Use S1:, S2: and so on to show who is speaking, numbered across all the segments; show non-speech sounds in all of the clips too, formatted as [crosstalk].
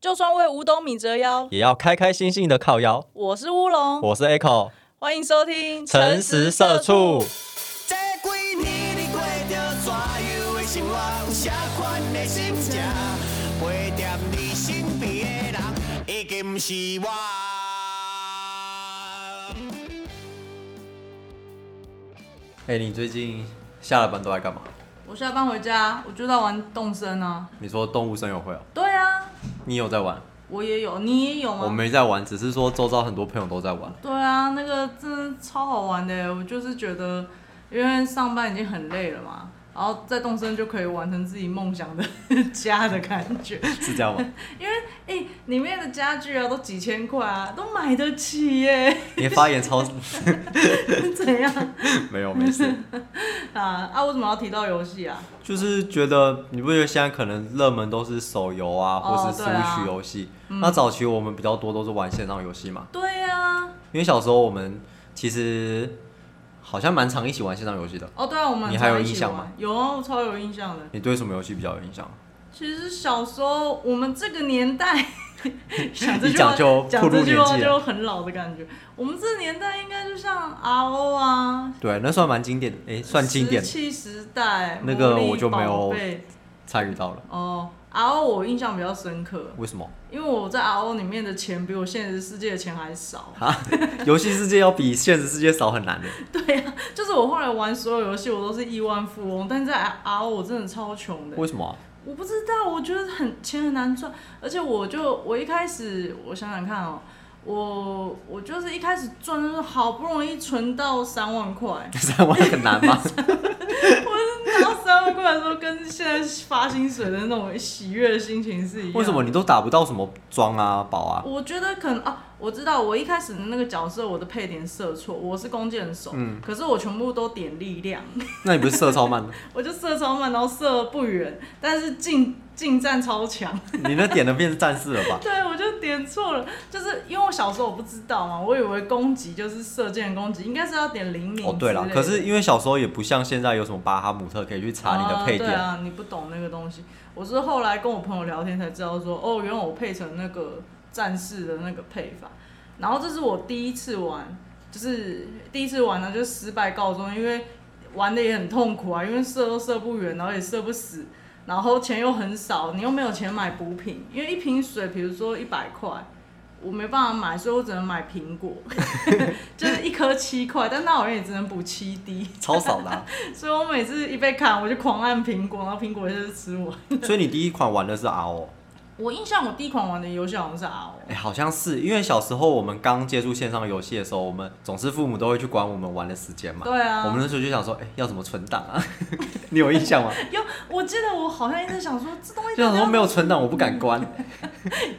S1: 就算为五斗米折腰。
S2: 也要开开心心的靠腰。
S1: 我是乌龙，
S2: 我是 Echo，
S1: 欢迎收听《
S2: 诚实社畜。
S3: 这几年你过着怎样的生活？有啥款的心情？陪在你身边的人，已经不是我。
S2: 哎、你最近下了班都在干嘛？
S1: 我下班回家，我就在玩动森啊。
S2: 你说动物森友会哦，
S1: 对啊，
S2: 你有在玩？
S1: 我也有，你也有吗？
S2: 我没在玩，只是说周遭很多朋友都在玩。
S1: 对啊，那个真的超好玩的。我就是觉得，因为上班已经很累了嘛，然后在动森就可以完成自己梦想的 [laughs] 家的感觉。
S2: 是这
S1: [laughs]
S2: 样吗？
S1: 因为哎、里面的家具啊都几千块啊，都买得起耶。 [laughs]
S2: 你的发言超 [laughs]
S1: 怎样
S2: 没有没事，
S1: 啊？啊，为什么要提到游戏啊？
S2: 就是觉得你不觉得现在可能热门都是手游啊，
S1: 哦
S2: 或是
S1: 对啊
S2: Switch 游戏？那早期我们比较多都是玩线上游戏嘛，
S1: 对啊，
S2: 因为小时候我们其实好像蛮常一起玩线上游戏的。
S1: 哦，对啊，我们
S2: 你还有
S1: 常一起
S2: 印象吗
S1: 玩？有啊，我超有印象的。
S2: 你对什么游戏比较有印象？
S1: 其实小时候我们这个年代， [laughs] 想这
S2: 一
S1: 句话
S2: 讲就
S1: 讲
S2: 暴
S1: 这
S2: 露
S1: 句
S2: 年
S1: 话
S2: 纪
S1: 就
S2: 了。
S1: 很老的感觉。我们这年代应该就像 RO 啊，
S2: 对，那算蛮经典的，
S1: 呃
S2: 哎、算经典
S1: 石器时代
S2: 那个
S1: 魔力
S2: 我就没有
S1: 宝贝
S2: 参与到了。
S1: 哦。RO 我印象比较深刻，
S2: 为什么？
S1: 因为我在 RO 里面的钱比我现实世界的钱还少。 [laughs]
S2: 啊 [laughs] 游戏世界要比现实世界少很难的。
S1: 对啊，就是我后来玩所有游戏，我都是亿万富翁，但是在 RO 我真的超穷的。
S2: 为什么啊、，
S1: 我不知道，我觉得很钱很难赚，而且我就我一开始我想想看哦、我我就是一开始赚的时候好不容易存到三万块 [laughs]
S2: 三万很难吗？
S1: 啊拿到三万块的时候跟现在发薪水的那种喜悦的心情是一样。
S2: 为什么？你都打不到什么装啊、宝啊？
S1: 我觉得可能啊，我知道我一开始的那个角色我的配点射错，我是弓箭手，
S2: 嗯
S1: 可是我全部都点力量， [laughs]
S2: 那你不是射超慢的？
S1: 我就射超慢，然后射不远，但是近近战超强。
S2: 你那点的变成战士了吧？
S1: 对，我就点错了，就是因为我小时候我不知道嘛，我以为攻击就是射箭攻击，应该是要点灵敏之类的。
S2: 哦，对了，可是因为小时候也不像现在有什么巴哈姆特可以去查你的配
S1: 啊对
S2: 点，
S1: 啊，你不懂那个东西。我是后来跟我朋友聊天才知道说，哦，原来我配成那个战士的那个配法。然后这是我第一次玩，就是第一次玩呢就失败告终，因为玩的也很痛苦啊，因为射都射不远，然后也射不死，然后钱又很少，你又没有钱买补品，因为一瓶水比如说一百块。我没办法买，所以我只能买苹果， [laughs] 就是一颗七块，但那好像也只能补七滴。
S2: 超少的啊、
S1: 所以我每次一被砍，我就狂按苹果，然后苹果就是吃我。
S2: 所以你第一款玩的是 RO。
S1: 我印象我第一款玩的游戏好像是啊 RO，
S2: 哎、好像是因为小时候我们刚接触线上游戏的时候，我们总是父母都会去管我们玩的时间嘛。
S1: 对啊
S2: 我们那时候就想说，哎、要怎么存档啊？ [laughs] 你有印象吗？
S1: 哟，我记得我好像一直想说这东西
S2: 就想说没
S1: 有，
S2: 有存档，我不敢关。
S1: 嗯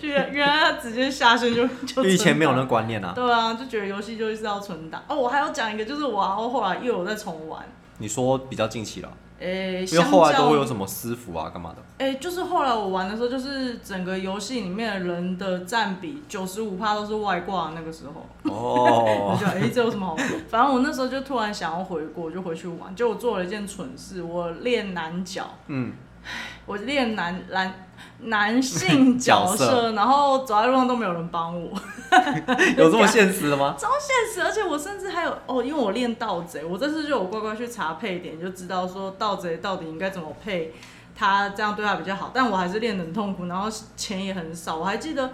S1: 原原来他直接下线
S2: [laughs]
S1: 就就
S2: 因为以
S1: 存
S2: 前
S1: 档
S2: 没有那个观念啊。
S1: 对啊，就觉得游戏就是要存档。哦，我还要讲一个，就是我 RO 后来又有在重玩，
S2: 你说比较近期了，
S1: 诶、
S2: 因为后来
S1: 相较
S2: 都会有什么私服啊、干嘛
S1: [laughs]
S2: 的。
S1: 哎、就是后来我玩的时候，就是整个游戏里面的人的占比九十五趴都是外挂，那个时候。我
S2: 哦
S1: 就，哎、这有什么好？反正我那时候就突然想要回国，我就回去玩。就我做了一件蠢事，我练男角，
S2: 嗯，
S1: 我练男男男性角色，
S2: 角色
S1: 然后走在路上都没有人帮我，
S2: 有这么现实的吗？
S1: 超现实。而且我甚至还有哦，因为我练盗贼，我这次就有乖乖去查配点，就知道说盗贼到底应该怎么配，他这样对他比较好。但我还是练得很痛苦，然后钱也很少。我还记得。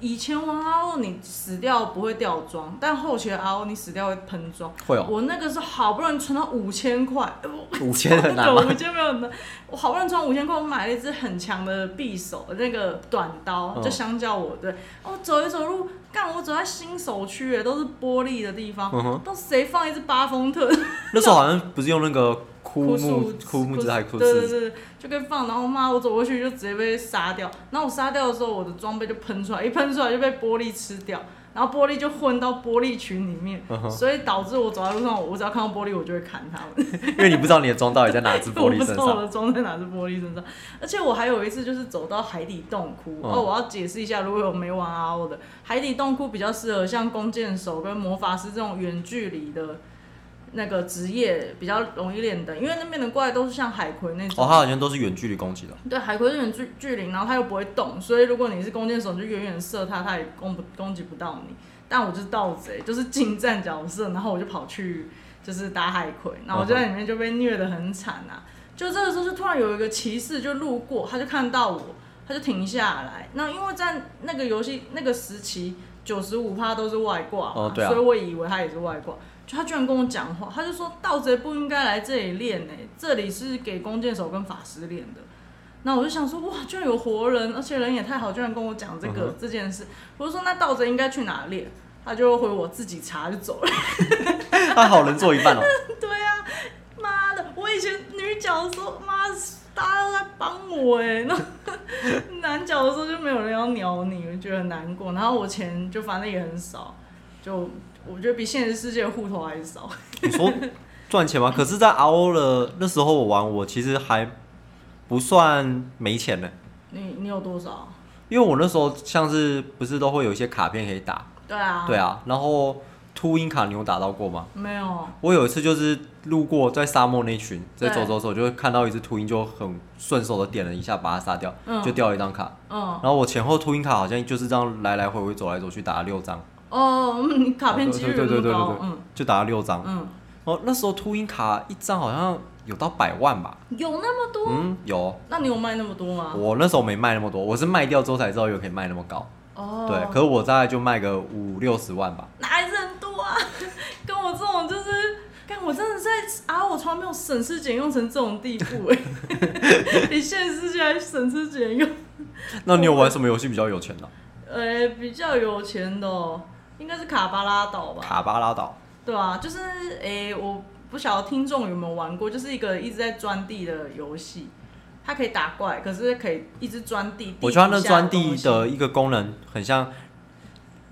S1: 以前玩 RO 你死掉不会掉装，但后期的 RO 你死掉会喷装，
S2: 会哦，
S1: 我那个是好不容易存到五千块，呃我
S2: 五千很难
S1: 五 [laughs]
S2: 吗？
S1: 千没有很难，我好不容易存五千块，我买了一支很强的匕首，那个短刀，
S2: 嗯
S1: 就相较我对，我走一走路，干我走在新手区，耶，都是玻璃的地方
S2: 嗯哼，
S1: 都谁放一支巴风特？
S2: 那时候好像不是用那个
S1: [laughs]
S2: 枯木
S1: 树
S2: 枯木枝还是枯
S1: 对对
S2: 枝，
S1: 对，对就可以放。然后妈，我走过去就直接被杀掉。然后我杀掉的时候，我的装备就喷出来，一喷出来就被玻璃吃掉，然后玻璃就混到玻璃群里面，
S2: 嗯哼
S1: 所以导致我走在路上，我只要看到玻璃，我就会砍他们。
S2: 因为你不知道你的装到底在哪只玻
S1: [laughs] 我
S2: 璃
S1: 不
S2: 身
S1: 知道我
S2: 上。哦
S1: 的装在哪只玻璃身上，而且我还有一次就是走到海底洞窟、
S2: 嗯
S1: 哦，我要解释一下，如果有没玩 RO 的，海底洞窟比较适合像弓箭手跟魔法师这种远距离的那个职业比较容易练的，因为那边的怪都是像海葵那种。
S2: 哦，它好像都是远距离攻击的。
S1: 对，海葵是远距距离，然后它又不会动，所以如果你是弓箭手，你就远远射它，它也攻不攻击不到你。但我就是盗贼，就是近战角色，然后我就跑去就是打海葵，然后
S2: 嗯
S1: 我就在里面就被虐得很惨啊。就这个时候，就突然有一个骑士就路过，他就看到我，他就停下来。那因为在那个游戏那个时期，九十五趴都是外挂嘛，
S2: 哦对啊
S1: 所以我以为他也是外挂。就他居然跟我讲话，他就说盗贼不应该来这里练呢、这里是给弓箭手跟法师练的。那我就想说，哇，居然有活人，而且人也太好，居然跟我讲这个、
S2: 嗯哼
S1: 这件事。我就说那盗贼应该去哪练？他就回我自己查就走了。
S2: 它好人做一半哦。
S1: 对啊，妈的，我以前女角的时候，妈大家都在帮我哎、 [laughs] 那男角的时候就没有人要鸟你，我觉得很难过。然后我钱就反正也很少，就我觉得比现实世界的户头还少。
S2: 你说赚钱吗？可是，在 RO 了那时候我玩，我其实还不算没钱呢，
S1: 你你有多少？
S2: 因为我那时候像是不是都会有一些卡片可以打，
S1: 对啊，
S2: 对啊，然后秃鹰卡你有打到过吗？
S1: 没有，
S2: 我有一次就是路过在沙漠那群，在
S1: 对
S2: 走走走，就会看到一只秃鹰，就很顺手的点了一下，把它杀掉，
S1: 嗯
S2: 就掉了一张卡。
S1: 嗯，
S2: 然后我前后秃鹰卡好像就是这样来来回回走来走去打了六张，
S1: 哦，嗯你卡片几率
S2: 对
S1: 有
S2: 对
S1: 那
S2: 对对
S1: 么
S2: 对
S1: 高
S2: 对，，
S1: 嗯
S2: 就打了六张。
S1: 嗯，
S2: 哦，那时候秃鹰卡一张好像有到百万吧？
S1: 有那么多？
S2: 嗯，有。
S1: 那你有卖那么多吗？
S2: 我那时候没卖那么多，我是卖掉之后才知道有可以卖那么高。
S1: 哦，
S2: 对，可是我大概就卖个五六十万吧。
S1: 哪来人多啊？ [laughs] 跟我这种就是，看我真的在啊，我从来没有省吃俭用成这种地步哎、
S2: [laughs]
S1: 比现实世界还省吃俭用。
S2: 那你有玩什么游戏比较有钱的？
S1: 呃、比较有钱的、哦，应该是卡巴拉岛吧？
S2: 卡巴拉岛。
S1: 对啊，就是诶、我不晓得听众有没有玩过，就是一个一直在钻地的游戏。它可以打怪，可是可以一直钻地。
S2: 我觉得它那
S1: 地底下
S2: 钻地
S1: 东
S2: 的
S1: 西
S2: 一个功能很像，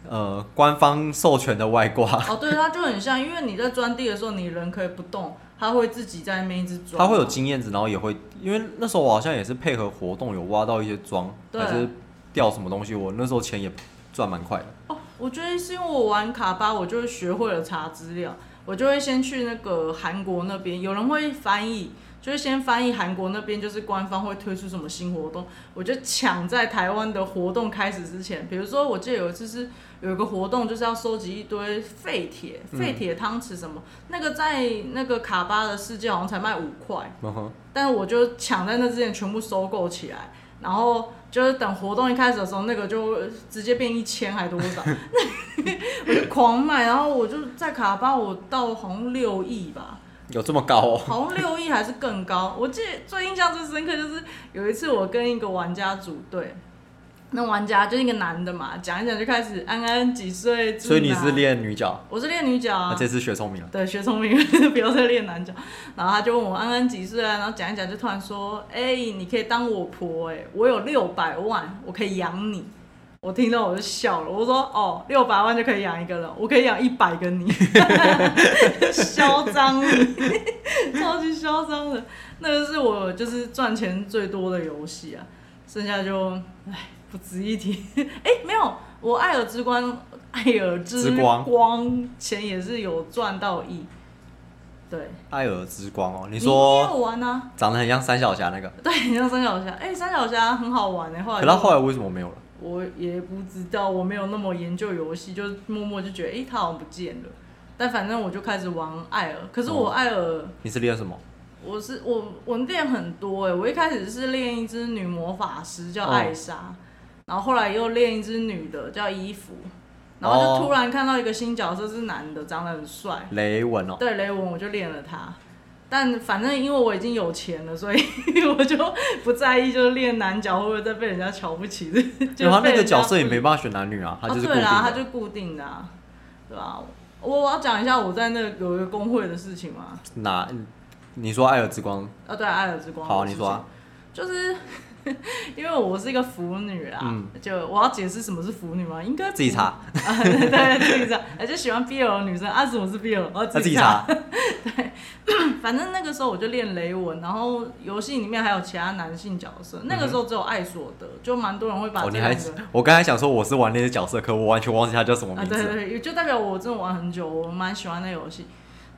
S2: 呃，官方授权的外挂，
S1: 哦，对，它就很像，因为你在钻地的时候，你人可以不动，它会自己在那边一直钻。
S2: [laughs] 它会有经验值，然后也会，因为那时候我好像也是配合活动有挖到一些庄，
S1: 对
S2: 还是钓什么东西，我那时候钱也赚蛮快的。
S1: 哦，我觉得是因为我玩卡巴，我就学会了查资料，我就会先去那个韩国那边，有人会翻译，就会先翻译韩国那边，就是官方会推出什么新活动，我就抢在台湾的活动开始之前，比如说我记得有一次是有一个活动，就是要收集一堆废铁、废铁汤匙什么，那个在那个卡巴的世界好像才卖五块，
S2: 嗯哼，
S1: 但是我就抢在那之前全部收购起来，然后就是等活动一开始的时候，那个就直接变一千还多
S2: [laughs]
S1: 少，那我就狂卖，然后我就在卡巴我到好像六亿
S2: [laughs]
S1: 吧，
S2: 有这么高哦？
S1: 好像六亿还是更高。我记得最印象最深刻就是有一次我跟一个玩家组队。那玩家就是一个男的嘛，讲一讲就开始安安几岁，住
S2: 所以你
S1: 哪，
S2: 是练女角，
S1: 我是练女角啊
S2: 那，这次学聪明了。
S1: 对，学聪明， [laughs] 不要再练男角。然后他就问我安安几岁啊，然后讲一讲，就突然说，哎、你可以当我婆、哎，我有六百万，我可以养你。我听到我就笑了，我说哦，六百万就可以养一个人，我可以养一百个你， [laughs] 嚣张 [laughs] 你，超级嚣张的。那个是我就是赚钱最多的游戏啊，剩下就唉不值一提。 [laughs] 哎、没有，我艾尔之光，艾尔之
S2: 之光
S1: 光钱也是有赚到亿。对，
S2: 艾尔之光哦，你
S1: 你你也
S2: 说
S1: 有玩啊？ [laughs]
S2: 长得很像三小侠那个，
S1: 对，你像三角侠，哎、三角侠很好玩哎、后来
S2: 可
S1: 就
S2: 他后来为什么没有了？
S1: 我也不知道，我没有那么研究游戏，就默默就觉得，哎、它好像不见了。但反正我就开始玩艾尔，可是我
S2: 哦
S1: 艾尔。
S2: 你是练什么？
S1: 我是我我练很多哎、我一开始是练一只女魔法师
S2: 哦
S1: 叫艾莎，然后后来又练一只女的叫伊芙，然后就突然看到一个新角色是男的，长得很帅，
S2: 雷文哦，
S1: 对雷文我就练了他。但反正因为我已经有钱了，所以 [laughs] 我就不在意，就是练男角会不会再被人家瞧不
S2: [laughs]
S1: 起。就
S2: 然后他那
S1: 被
S2: 个
S1: 人家
S2: 角色也
S1: 不
S2: 没办法选男女啊，他就是固
S1: 啊、
S2: 定
S1: 对啦，他
S2: 的
S1: 就。固定的、啊，对吧、我我要讲一下我在那有一个工会的事情嘛。
S2: 哪？你说艾尔之光？
S1: 啊，对啊，艾尔之光。
S2: 好啊，你说啊。。
S1: 就是 [laughs] 因为我是一个腐女啊，
S2: 嗯
S1: 就我要解释什么是腐女吗？应该不
S2: 自己
S1: [laughs]
S2: 查，
S1: 啊，对对，自己查， [laughs] 而且喜欢 BL 的女生啊，什么是 BL？我
S2: 他
S1: 自
S2: 自己
S1: 查 [laughs]
S2: 查。。
S1: 反正那个时候我就练雷文，然后游戏里面还有其他男性角色，那个时候只有艾索德，就蛮多人会把
S2: 嗯哦，
S1: 这
S2: 你
S1: 两
S2: 还
S1: 个。
S2: 我刚才想说我是玩那些角色，可我完全忘记他叫什么
S1: 啊，
S2: 名
S1: 对
S2: 字。
S1: 对对，就代表我真的玩很久，我蛮喜欢那游戏。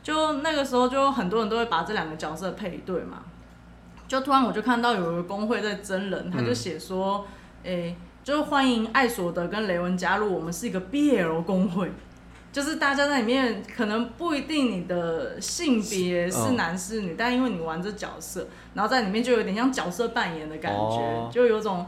S1: 就那个时候就很多人都会把这两个角色配对嘛。就突然我就看到有一个工会在真人，他就写说，诶、就是欢迎艾索德跟雷文加入，我们是一个 BL 工会。就是大家在里面可能不一定你的性别是
S2: 嗯
S1: 男是女，但因为你玩这角色，然后在里面就有点像角色扮演的感觉，
S2: 哦
S1: 就有种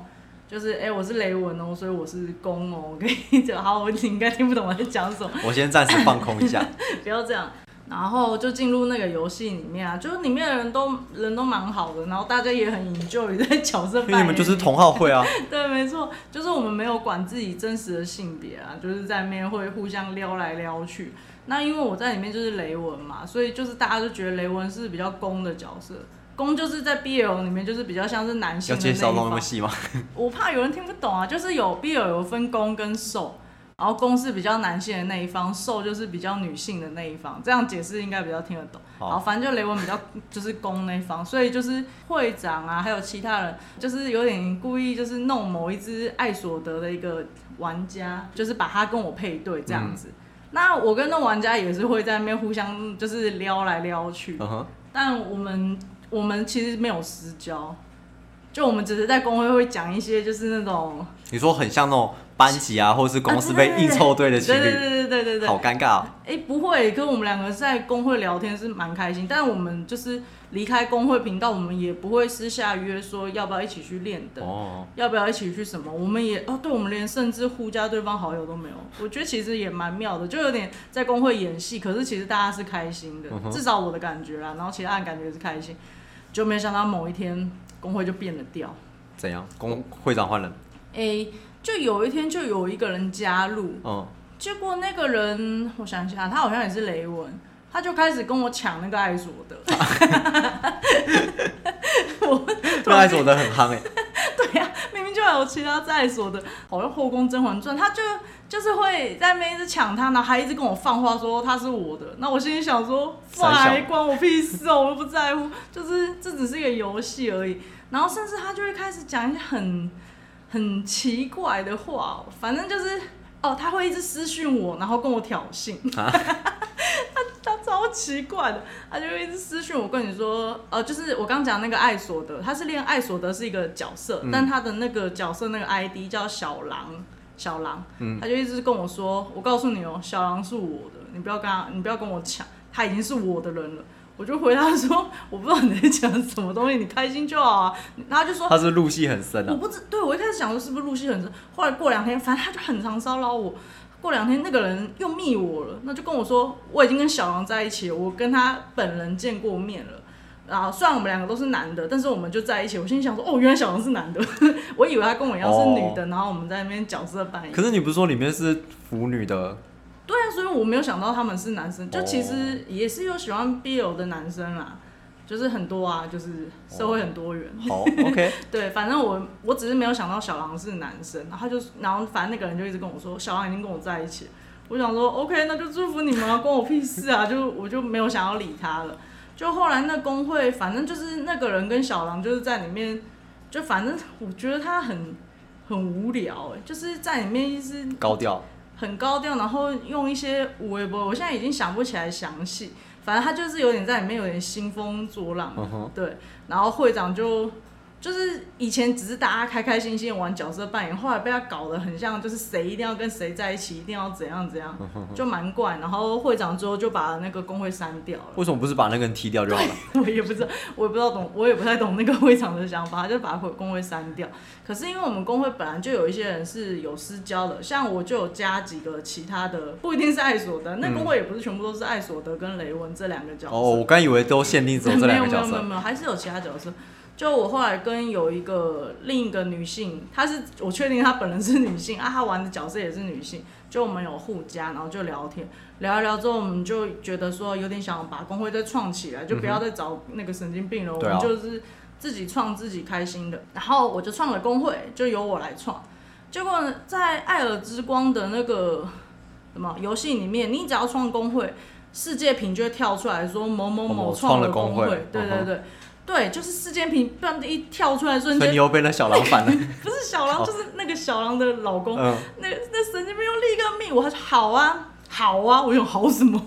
S1: 就是哎、诶我是雷文哦，所以我是公哦，我跟你讲，好，我你应该听不懂我在讲什么， [laughs]
S2: 我先暂时放空一下。
S1: 不要这样。然后就进入那个游戏里面啊，就是里面的人都人都蛮好的，然后大家也很 enjoy 在角色扮
S2: 因为
S1: 演。
S2: 你们就是同好会啊，
S1: [laughs] 对，没错，就是我们没有管自己真实的性别啊，就是在那边会互相撩来撩去。那因为我在里面就是雷文嘛，所以就是大家就觉得雷文是比较攻的角色，攻就是在 BL 里面就是比较像是男性
S2: 要
S1: 的那
S2: 介
S1: 一
S2: 绍到那
S1: 方
S2: 么。细吗？
S1: 我怕有人听不懂啊，就是有 BL 有分攻跟受，然后攻是比较男性的那一方，受就是比较女性的那一方，这样解释应该比较听得懂。
S2: 好
S1: 然后反正就雷文比较 [laughs] 就是攻那一方，所以就是会长啊，还有其他人，就是有点故意就是弄某一只艾索德的一个玩家，就是把他跟我配对这样子。那我跟那玩家也是会在那边互相就是撩来撩去，
S2: [laughs] 嗯哼，
S1: 但我们我们其实没有私交，就我们只是在工会会讲一些就是那种
S2: 你说很像那种班级啊，或者是公司被硬凑对的情
S1: 对对
S2: 侣，
S1: 对对对对对，
S2: 好尴尬哦。
S1: 哎、不会，跟我们两个在工会聊天是蛮开心，但我们就是离开工会频道，我们也不会私下约说要不要一起去练的。
S2: 哦，
S1: 要不要一起去什么？我们也哦，对，我们连甚至互加对方好友都没有。我觉得其实也蛮妙的，就有点在工会演戏，可是其实大家是开心的，
S2: 嗯哼
S1: 至少我的感觉啦。然后其他人感觉是开心，就没想到某一天工会就变了调。
S2: 怎样？公会长换人，
S1: 诶、就有一天就有一个人加入，
S2: 嗯，
S1: 结果那个人我想想，他好像也是雷文，他就开始跟我抢那个艾索德。我 [laughs] 突
S2: 那
S1: 然
S2: 还是我的很夯哎，
S1: 对呀、明明就有其他在所的，好像《后宫甄嬛传》，他就就是会在那边一直抢他，然后还一直跟我放话说他是我的。那我心里想说，
S2: 三小
S1: 还关我屁事哦，我又不在乎，就是这只是一个游戏而已。然后甚至他就会开始讲一些很很奇怪的话、哦，反正就是哦，他会一直私讯我，然后跟我挑衅。
S2: 啊
S1: 他超奇怪的，他就一直私讯我，跟你说，呃，就是我刚讲那个艾索德，他是练艾索德是一个角色，
S2: 嗯
S1: 但他的那个角色那个 ID 叫小狼，小狼，
S2: 嗯
S1: 他就一直跟我说，我告诉你哦，小狼是我的，你不要跟他，你不要跟我抢，他已经是我的人了。我就回他说，我不知道你在讲什么东西，你开心就好啊。然后他就说，
S2: 他是入戏很深
S1: 我
S2: 啊。
S1: 不知，对我一开始想说是不是露西很深，后来过两天，反正他就很常骚扰我。过两天那个人又密我了，那就跟我说我已经跟小狼在一起了，我跟他本人见过面了。然后虽然我们两个都是男的，但是我们就在一起。我心里想说，哦，原来小狼是男的， [laughs] 我以为他跟我一样是女的，然后我们在那边角色扮演
S2: 哦可。是你不是说里面是腐女的？
S1: 对啊，所以我没有想到他们是男生，就
S2: 哦
S1: 其实也是有喜欢 BL 的男生啦，就是很多啊，就是社会很多元。 [laughs]
S2: 好，OK，
S1: 对，反正我我只是没有想到小狼是男生，然后他就然后反正那个人就一直跟我说小狼已经跟我在一起了，我想说 OK 那就祝福你们啊，关我屁事啊，就我就没有想要理他了。就后来那工会，反正就是那个人跟小狼就是在里面，就反正我觉得他很很无聊、欸，就是在里面一直
S2: 高调。很
S1: 很高调，然后用一些无微博，我现在已经想不起来详细，反正他就是有点在里面有点兴风作浪，
S2: 嗯哼
S1: 对。然后会长就就是以前只是大家开开心心地玩角色扮演，后来被他搞得很像，就是谁一定要跟谁在一起，一定要怎样怎
S2: 嗯
S1: 样，就蛮怪。然后会长之后就把那个工会删掉了，
S2: 为什么不是把那个人踢掉就好
S1: [laughs]
S2: 了？
S1: 我也不知道，我也不知道懂，我也不太懂那个会长的想法，他就把工会删掉。可是因为我们工会本来就有一些人是有私交的，像我就有加几个其他的，不一定是艾索德，那工会也不是全部都是艾索德跟雷文这两个角色。
S2: 嗯哦，我刚以为都限定只有这两个
S1: 没
S2: 角
S1: 有没有没
S2: 色
S1: 有没有，还是有其他角色。就我后来跟有一个另一个女性，她是我确定她本人是女性啊，她玩的角色也是女性。就我们有互加，然后就聊天，聊一聊之后，我们就觉得说有点想把工会再创起来，就不要再找那个神经病了。我
S2: 对啊
S1: 们就是自己创自己开心的。然后我就创了工会，就由我来创。结果呢在《艾尔之光》的那个什么游戏里面，你只要创工会，世界屏就会跳出来说某某
S2: 某某
S1: 创
S2: 创
S1: 了
S2: 了
S1: 工
S2: 工
S1: 会
S2: 会，
S1: 对对
S2: 嗯哼
S1: 对。对，就是世界屏，突然一跳出来瞬
S2: 所以
S1: 间
S2: 你，又被那小狼反了。
S1: [laughs] 不是小狼，
S2: 哦
S1: 就是那个小狼的老公，
S2: 嗯，
S1: 那那 [laughs] 神经病又立个命，我还说好啊，好啊，我有好什么，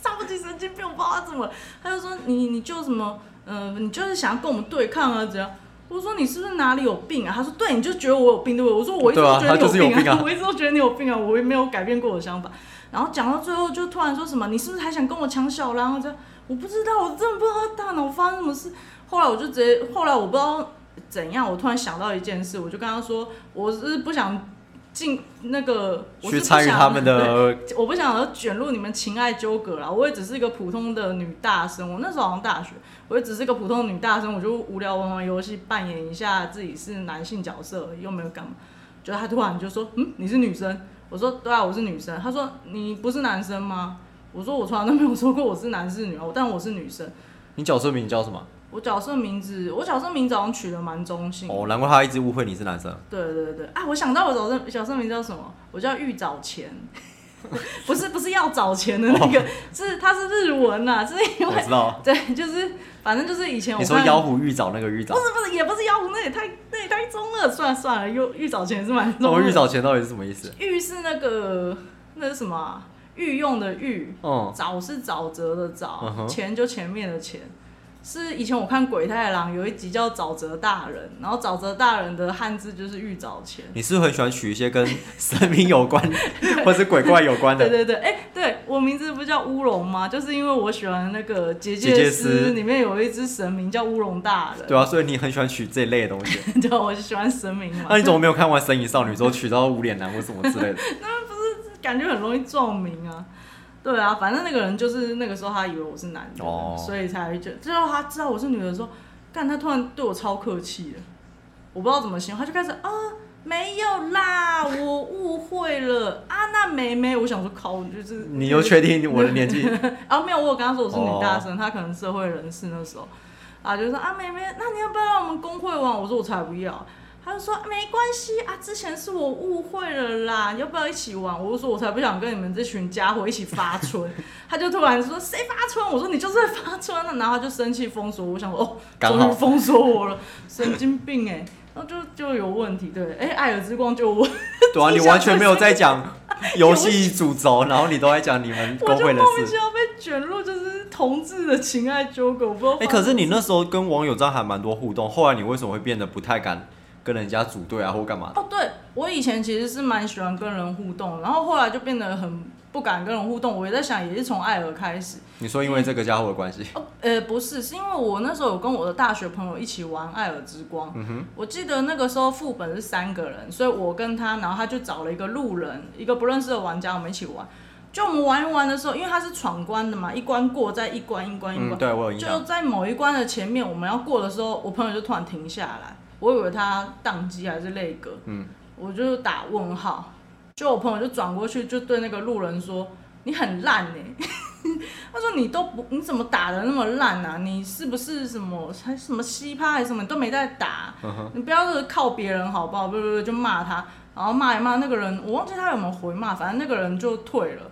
S1: 超级神经病，我不知道他怎么了，他就说你你就什么，呃，你就是想要跟我们对抗啊，怎样？我说你是不是哪里有病啊？他说对，你就觉得我有病对不对？我说我一直
S2: 对
S1: 都
S2: 啊
S1: 觉得
S2: 他就是
S1: 你
S2: 有
S1: 病
S2: 病啊
S1: [laughs] 我一直都觉得你有病啊，我也没有改变过我的想法。然后讲到最后就突然说什么，你是不是还想跟我抢小兰啊？这样我不知道，我真的不知道他大脑发生什么事。后来我就直接，后来我不知道怎样，我突然想到一件事，我就跟他说，我是不想进那个，我是
S2: 去
S1: 不
S2: 参与
S1: 想
S2: 他们
S1: 对
S2: 的
S1: 我不想要卷入你们情爱纠葛啦，我也只是一个普通的女大生，我那时候好像大学，我也只是一个普通的女大生，我就无聊玩玩游戏，扮演一下自己是男性角色而已，又没有干嘛。就他突然就说：“嗯，你是女生？”我说：“对啊，我是女生。”他说：“你不是男生吗？”我说：“我从来都没有说过我是男是女啊，但我是女生。
S2: 你角色名叫什么？
S1: 我角色名字，我角色名字好像取得蛮中性的。
S2: 哦，难怪他一直误会你是男生。
S1: 对对对，啊，我想到我早生小生名叫什么？我叫玉藻前， [laughs] 不是不是要找钱的那
S2: 哦
S1: 个，是它是日文呐、是因
S2: 我
S1: 为
S2: 知道，
S1: 对，就是反正就是以前我
S2: 哦你说
S1: 看
S2: 妖狐玉藻那个玉藻
S1: 不，是不是也不是妖狐，那也太那也太中二，算了算了，玉玉藻前也是蛮
S2: 那
S1: 中
S2: 我
S1: 二。
S2: 哦玉藻前到底是什么意思？
S1: 玉是那个那是什么啊、御用的御，
S2: 嗯，
S1: 沼是沼泽的
S2: 嗯
S1: 沼，
S2: 哼
S1: 钱就前面的钱。是以前我看《鬼太郎》有一集叫《沼泽大人》，然后沼泽大人的汉字就是玉藻前。
S2: 你是不是很喜欢取一些跟 [laughs] 神明
S1: [laughs]
S2: 有关或是鬼怪有关
S1: 对
S2: 的？
S1: 对对，哎、对我名字不叫乌龙吗？就是因为我喜欢那个《结
S2: 结
S1: 界
S2: 界
S1: 师
S2: 师》
S1: 里面有一只神明叫乌龙大人， [laughs]
S2: 对啊，所以你很喜欢取这类的东西。
S1: 你知道我喜欢神明嘛
S2: 那？你怎么没有看完《神隐少女》之后取到无脸男或什么之类的？
S1: 感觉很容易撞名啊。对啊，反正那个人就是那个时候他以为我是男的，
S2: 哦
S1: 所以才就最后他知道我是女的时候，干他突然对我超客气的，我不知道怎么形容，他就开始啊、没有啦，我误会了啊，那妹妹，我想说靠，就是
S2: 你又确定我的
S1: [laughs]
S2: 年纪？
S1: 啊，没有，我有跟他说我是女大
S2: 哦
S1: 生，他可能社会人士那时候，啊，就说啊，妹妹，那你要不要让我们工会玩？我说我才不要。他就说没关系啊，之前是我误会了啦，要不要一起玩？我就说我才不想跟你们这群家伙一起发春。 [laughs] 他就突然说谁发春？我说你就是在发春啊，然后他就生气封锁我，我想说哦，
S2: 刚
S1: 终
S2: 好
S1: 于封锁我了，神经病哎、然后就就有问题，对，哎、爱尔之光就有问
S2: 对啊，你完全没有在讲游戏主轴，然后你都在讲你们
S1: 我
S2: 工
S1: 就
S2: 会的
S1: 莫名其
S2: 事。
S1: 妙被卷入就是同志的情爱纠葛，我不知道
S2: 哎、
S1: 发生什么事。
S2: 可是你那时候跟网友这样还蛮多互动，后来你为什么会变得不太敢跟人家组队啊，或干嘛的？
S1: 哦，对我以前其实是蛮喜欢跟人互动，然后后来就变得很不敢跟人互动。我也在想，也是从艾尔开始。
S2: 你说因为这个家伙的关系，
S1: 哦，呃，不是，是因为我那时候有跟我的大学朋友一起玩《艾尔之光》
S2: 嗯
S1: 我记得那个时候副本是三个人，所以我跟他，然后他就找了一个路人，一个不认识的玩家，我们一起玩。就我们玩一玩的时候，因为他是闯关的嘛，一关过再一关，一关一关。
S2: 嗯，对我有印
S1: 就
S2: 象。
S1: 在某一关的前面，我们要过的时候，我朋友就突然停下来，我以为他宕机还是泪哥，
S2: 嗯，
S1: 我就打问号，就我朋友就转过去，就对那个路人说：“你很烂呢、 [laughs] 他说：“你都不，你怎么打的那么烂啊？你是不是什么还什么西趴还是什么？你都没在打，
S2: 嗯哼，
S1: 你不要是靠别人好不好？”不不不，就骂他，然后骂一骂那个人，我忘记他有没有回骂，反正那个人就退了。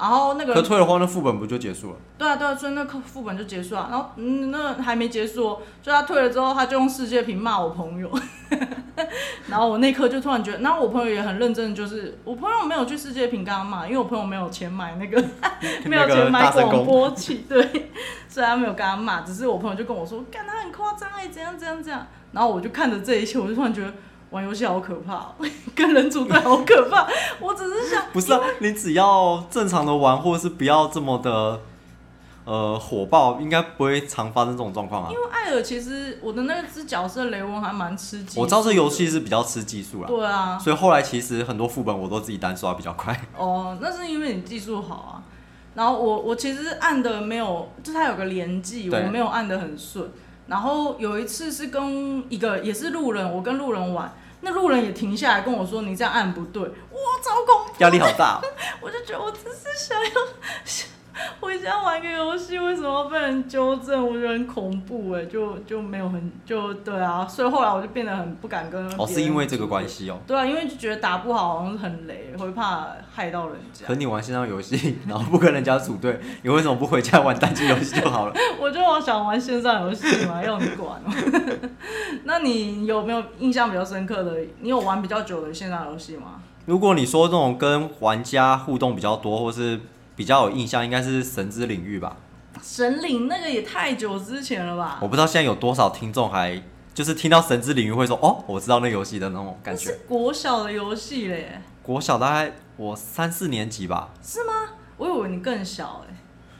S1: 然后那个
S2: 可
S1: 人
S2: 退了的话，那副本不就结束了？
S1: 对啊，对啊，所以那课副本就结束了。然后，嗯，那还没结束、哦，就他退了之后，他就用世界屏骂我朋友。 [laughs] 然后我那一刻就突然觉得，然后我朋友也很认真，就是我朋友没有去世界屏跟他骂，因为我朋友没有钱买那
S2: [laughs]
S1: 个，没有钱买
S2: 大神
S1: 广
S2: 功
S1: 播器，对，所以他没有跟他骂。只是我朋友就跟我说，干他很夸张哎，怎样怎样怎样。然后我就看着这一切，我就突然觉得玩游戏好可怕、哦， [laughs] 跟人组队好可怕。我只是想，
S2: 不是啊，你只要正常的玩，或是不要这么的呃火爆，应该不会常发生这种状况啊
S1: 因。为艾尔其实我的那只角色雷文还蛮吃惊。
S2: 我知道这游戏是比较吃技术啦，
S1: 对啊，
S2: 所以后来其实很多副本我都自己单刷比较快。
S1: 哦，那是因为你技术好啊。然后我我其实按的没有，就是它有个连记，我
S2: 对
S1: 没有按的很顺。然后有一次是跟一个也是路人，我跟路人玩，那路人也停下来跟我说：“你这样按不对。”哇，超恐怖！
S2: 压力好大哦、
S1: 我就觉得我只是想要回家玩个游戏，为什么要被人纠正？我觉得很恐怖哎、就就没有很就对啊，所以后来我就变得很不敢跟别人
S2: 哦，是因为这个关
S1: 组队。
S2: 系哦。
S1: 对啊，因为就觉得打不好好像很雷，会怕害到人家
S2: 可。你玩线上游戏，然后不跟人家组队，你为什么不回家玩单机游戏就好了？
S1: [laughs] 我就好想玩线上游戏嘛，要你管哦。 [laughs] 那你有没有印象比较深刻的？你有玩比较久的线上游戏吗？
S2: 如果你说这种跟玩家互动比较多，或是比较有印象，应该是神之领域吧。
S1: 神领那个也太久之前了吧
S2: 我？不知道现在有多少听众还就是听到神之领域会说哦，我知道那游戏的那种感
S1: 那是
S2: 觉。
S1: 国小的游戏嘞，
S2: 国小大概我三四年级吧，
S1: 是吗？我以为你更小哎、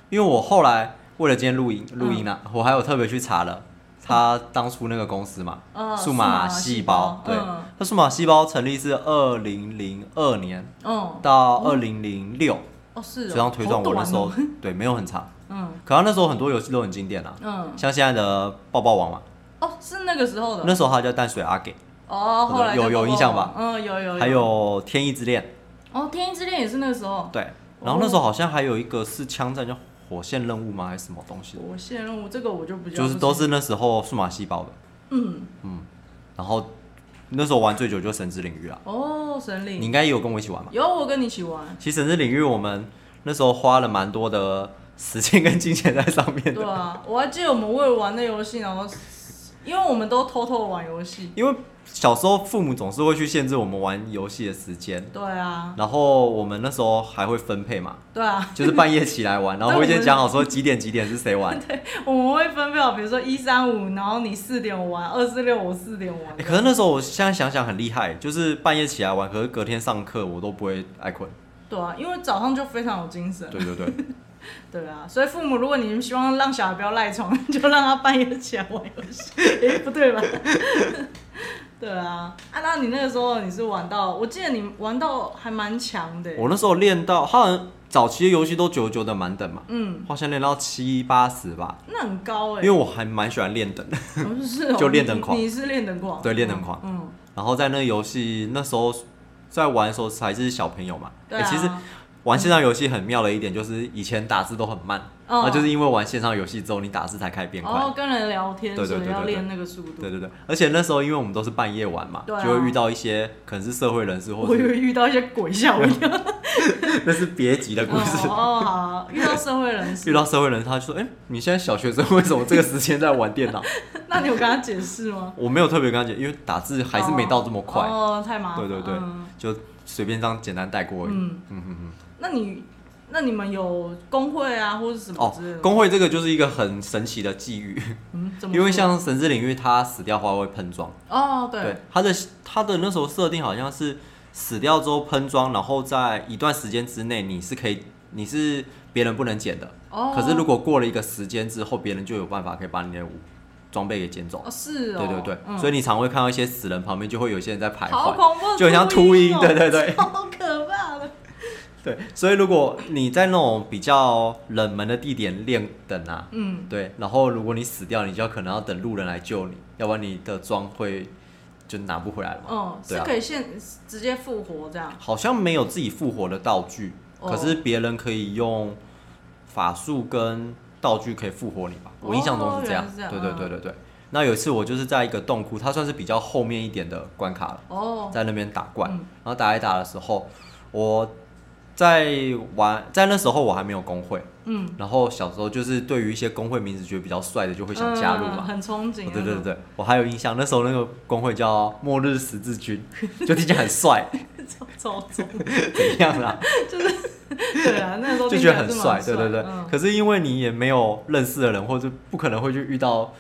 S2: 因为我后来为了今天录音录音
S1: 嗯
S2: 啊，我还有特别去查了他当初那个公司嘛，
S1: 嗯
S2: 数
S1: 数码
S2: 码
S1: 细
S2: 细
S1: 胞
S2: 胞，对
S1: 嗯，
S2: 它数码细胞成立是二零零二年
S1: 嗯，
S2: 到二零零六，
S1: 哦是哦，
S2: 这样推断我那时候
S1: 好短哦 [laughs]
S2: [laughs] 对没有很长，
S1: 嗯
S2: 可它那时候很多游戏都很经典啦，
S1: 嗯，
S2: 像现在的抱抱王嘛，
S1: 哦是那个时候的，
S2: 那时候它叫淡水阿给，
S1: 哦后来
S2: 有
S1: 就
S2: 有
S1: 爆
S2: 印
S1: 爆
S2: 象
S1: 了
S2: 吧
S1: 嗯有有，
S2: 还有天翼之恋，
S1: 哦《天翼之恋》也是那个时候，
S2: 对，然后那时候好像还有一个是枪战叫火线任务吗还是什么东西的，
S1: 我线任务这个我就不
S2: 就是都是那时候数码细胞的。
S1: 嗯
S2: 然后那时候玩最久就神之领域了，
S1: 哦神
S2: 你应
S1: 领，
S2: 该也有跟我一起玩嘛。
S1: 有我跟你一起玩，
S2: 其实神之领域我们那时候花了蛮多的时间跟金钱在上面
S1: 对
S2: 的，
S1: 啊，我还记得我们为了玩那游戏，然后因为我们都偷偷玩游戏，
S2: 因为小时候父母总是会去限制我们玩游戏的时间，
S1: 对啊
S2: 然后我们那时候还会分配嘛，
S1: 对啊， [laughs]
S2: 就是半夜起来玩，然后会先讲好说几点几点是谁玩。
S1: [laughs] 我们会分配好，比如说一三五，然后你四点我玩，二四六我四点玩
S2: 欸，可是那时候我现在想想很厉害，就是半夜起来玩，可是隔天上课我都不会爱困。
S1: 对啊，因为早上就非常有精神，
S2: 对
S1: [laughs]
S2: 对对，
S1: 对啊，所以父母如果你们希望让小孩不要赖床，就让他半夜起来玩游戏， [laughs] 哎、不对吧？对啊，啊，那你那个时候你是玩到，我记得你玩到还蛮强的、欸
S2: 我那时候练到，好像早期的游戏都九九的满等嘛，
S1: 嗯，
S2: 好像练到七八十吧，
S1: 那很高哎、
S2: 因为我还蛮喜欢练等的， [laughs]
S1: 我就是哦、
S2: 就练灯狂
S1: 你，你是练灯狂，
S2: 对练灯狂
S1: 嗯，
S2: 然后在那个游戏那时候在玩的时候还是小朋友嘛，
S1: 对
S2: 欸
S1: 啊，
S2: 其实玩线上游戏很妙的一点就是以前打字都很慢，
S1: 哦
S2: 啊，就是因为玩线上游戏之后你打字才开始变快，
S1: 哦，跟人聊天，
S2: 对对
S1: 所以
S2: 对
S1: 要
S2: 对对
S1: 练那个速度。
S2: 对对对，而且那时候因为我们都是半夜玩嘛，
S1: 对啊
S2: 就会遇到一些可能是社会人士或
S1: [laughs] 我以
S2: 者
S1: 为遇到一些鬼吓我一
S2: [laughs]
S1: 跳。
S2: 那是别集的
S1: [laughs]
S2: 故
S1: 哦
S2: 事，
S1: 哦，好，遇到社会人士，
S2: [laughs] 遇到社会人他就说，哎、你现在小学生为什么这个时间在玩电脑？
S1: 那你有跟他解释吗？
S2: 我没有特别跟他讲，因为打字还是没到这么快，
S1: 哦，哦太麻烦。
S2: 对对对，
S1: 嗯
S2: 就随便这样简单带过而已。
S1: 嗯
S2: 嗯嗯嗯。
S1: 那你那你们有工会啊，或者什么
S2: 哦
S1: 之类的吗？，
S2: 工会这个就是一个很神奇的际遇，
S1: 嗯，怎么
S2: 因为
S1: 说
S2: 像神之领域，它死掉花会喷装，
S1: 哦，对，
S2: 对它的它的那时候设定好像是死掉之后喷装，然后在一段时间之内你是可以，你是别人不能捡的。
S1: 哦，
S2: 可是如果过了一个时间之后，别人就有办法可以把你的武装备给捡走
S1: 哦。是哦，
S2: 对对对，
S1: 嗯
S2: 所以你常会看到一些死人旁边就会有一些人在徘
S1: 好
S2: 徊，
S1: 恐怖，
S2: 就很像
S1: 秃
S2: 秃
S1: 鹰
S2: 鹰，
S1: 哦，
S2: 对对
S1: [laughs]
S2: 对。
S1: 好可怕的，
S2: 对，所以如果你在那种比较冷门的地点练等啊，
S1: 嗯，
S2: 对，然后如果你死掉，你就要可能要等路人来救你，要不然你的妆会就拿不回来了嘛。
S1: 哦，
S2: 对
S1: 是
S2: 啊
S1: 可以现直接复活这样，
S2: 好像没有自己复活的道具，
S1: 哦
S2: 可是别人可以用法术跟道具可以复活你吧？我印象中是这样。
S1: 哦原来是这样
S2: 对对对对对。那有一次我就是在一个洞窟，它算是比较后面一点的关卡了。
S1: 哦，
S2: 在那边打怪，
S1: 嗯
S2: 然后打一打的时候，我在玩，在那时候我还没有工会，
S1: 嗯，
S2: 然后小时候就是对于一些工会名字觉得比较帅的就会
S1: 我
S2: 想加入嘛。
S1: 嗯很憧憬啊那种，
S2: 哦对对对，我还有印象，那时候那个工会叫末日十字军，就听起来很帅，
S1: [laughs] 超超重，
S2: 怎
S1: [laughs]
S2: 样啦？
S1: 对啊，那时候
S2: 就
S1: 听起
S2: 觉得
S1: 来
S2: 很
S1: 是蛮
S2: 帅，对对对。
S1: 嗯
S2: 可是因为你也没有认识的人，或者不可能会去遇到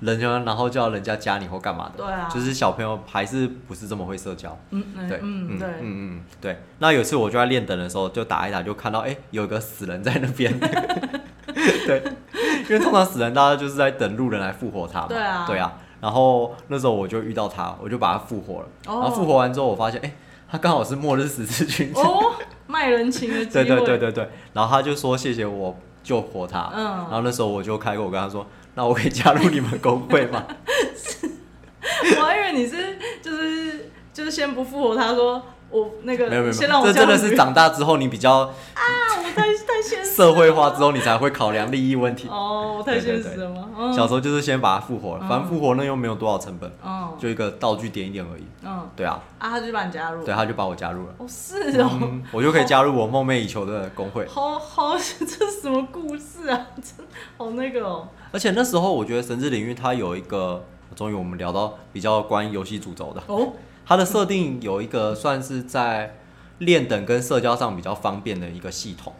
S2: 人家，然后叫人家加你或干嘛的，
S1: 对啊
S2: 就是小朋友还是不是这么会社交。
S1: 嗯
S2: 对，
S1: 嗯
S2: 嗯嗯
S1: 对，
S2: 嗯，对。那有一次我就在练等的时候，就打一打，就看到哎、诶有一个死人在那边。 [laughs] 对，因为通常死人大家就是在等路人来复活他嘛。
S1: 对啊
S2: 然后那时候我就遇到他，我就把他复活了。
S1: 哦
S2: 然后复活完之后，我发现哎、诶他刚好是末日十字军。
S1: 哦，卖人情的机
S2: [laughs] 对
S1: 会，
S2: 对对对对。然后他就说谢谢我救活他。
S1: 嗯
S2: 然后那时候我就开口跟他说，那我可以加入你们工会
S1: [laughs]
S2: 吗？
S1: 我还以为你是就是就是先不复活，他说我那个
S2: 没有没有没
S1: 先让
S2: 有，
S1: 我
S2: 这真的
S1: 加入
S2: 是长大之后你比较
S1: [laughs] 啊，我太太现实了
S2: 社会化之后，你才会考量利益问题。
S1: 哦，我太现实了吗？嗯
S2: 小时候就是先把它复活了，
S1: 嗯
S2: 反正复活那又没有多少成本，
S1: 嗯
S2: 就一个道具点一点而已。
S1: 嗯啊，
S2: 对啊，
S1: 他就把你加入，
S2: 对，他就把我加入了，
S1: 哦嗯是哦，
S2: 嗯，我就可以加入我梦寐以求的工会。
S1: 好 [laughs] 好这是什么故事啊？ [laughs] 真好那个哦，
S2: 而且那时候我觉得神之领域它有一个，终于我们聊到比较关于游戏主轴的，
S1: 哦
S2: 它的设定有一个算是在练等跟社交上比较方便的一个系统。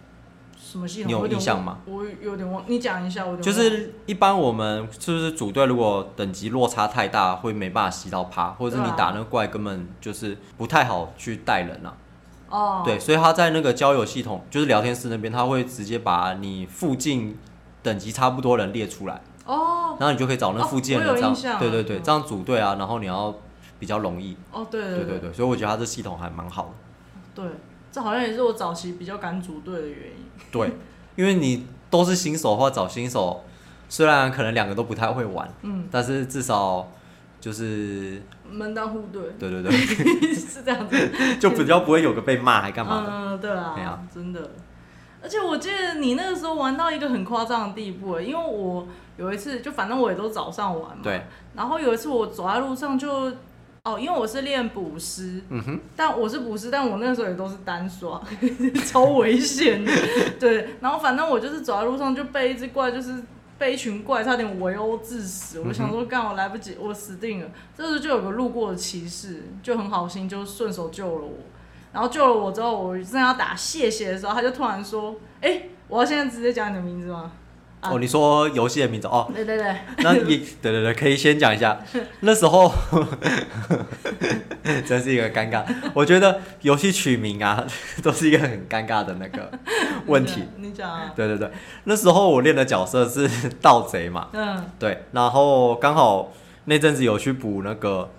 S1: 什么系统？
S2: 你有
S1: 我点
S2: 印象
S1: 忘
S2: 吗？
S1: 我有点忘，你讲一下，我有点
S2: 就是一般我们是不是组队，如果等级落差太大，会没办法吸到趴，或者是你
S1: 对啊
S2: 打那个怪根本就是不太好去带人啊。
S1: 忘了哦，
S2: 对，所以他在那个交友系统，就是聊天室那边，他会直接把你附近等级差不多人列出来，
S1: 哦
S2: 然后你就可以找那附近的
S1: 哦
S2: 人
S1: 我
S2: 这
S1: 有
S2: 样，
S1: 印象
S2: 对对对，
S1: 嗯
S2: 这样组队啊，然后你要比较容易。
S1: 哦，对
S2: 对
S1: 对
S2: 对
S1: 对
S2: 对，所以我觉得他这系统还蛮好的。
S1: 对，这好像也是我早期比较敢组队的原因。
S2: 对，因为你都是新手的话，找新手虽然可能两个都不太会玩，
S1: 嗯，
S2: 但是至少就是
S1: 门当户对
S2: 对对对， [laughs]
S1: [laughs] 是这样子。
S2: 就比较不会有个被骂 [laughs] 还干嘛的。
S1: 嗯，对啊，
S2: 对啊
S1: 真的。而且我记得你那个时候玩到一个很夸张的地步欸，因为我有一次就反正我也都早上玩嘛，
S2: 对。
S1: 然后有一次我走在路上就，哦，因为我是练捕师，
S2: 嗯哼，
S1: 但我是捕师，但我那个时候也都是单刷， [laughs] 超危险的。对，然后反正我就是走在路上就被一只怪，就是被一群怪差点围殴致死。我
S2: 嗯
S1: 想说，干我来不及，我死定了。这时候就有个路过的骑士，就很好心，就顺手救了我。然后救了我之后，我正要打谢谢的时候，他就突然说：“哎、我要现在直接讲你的名字吗啊
S2: 哦，你说游戏的名字哦？”，
S1: 对对对，
S2: 那也对对对，可以先讲一下。那时候 [laughs] 真是一个尴尬，我觉得游戏取名啊， [laughs] 都是一个很尴尬的那个问题。
S1: 你讲啊，
S2: 对对对，那时候我练的角色是 [laughs] 盗贼嘛，
S1: 嗯，
S2: 对，然后刚好那阵子有去补那个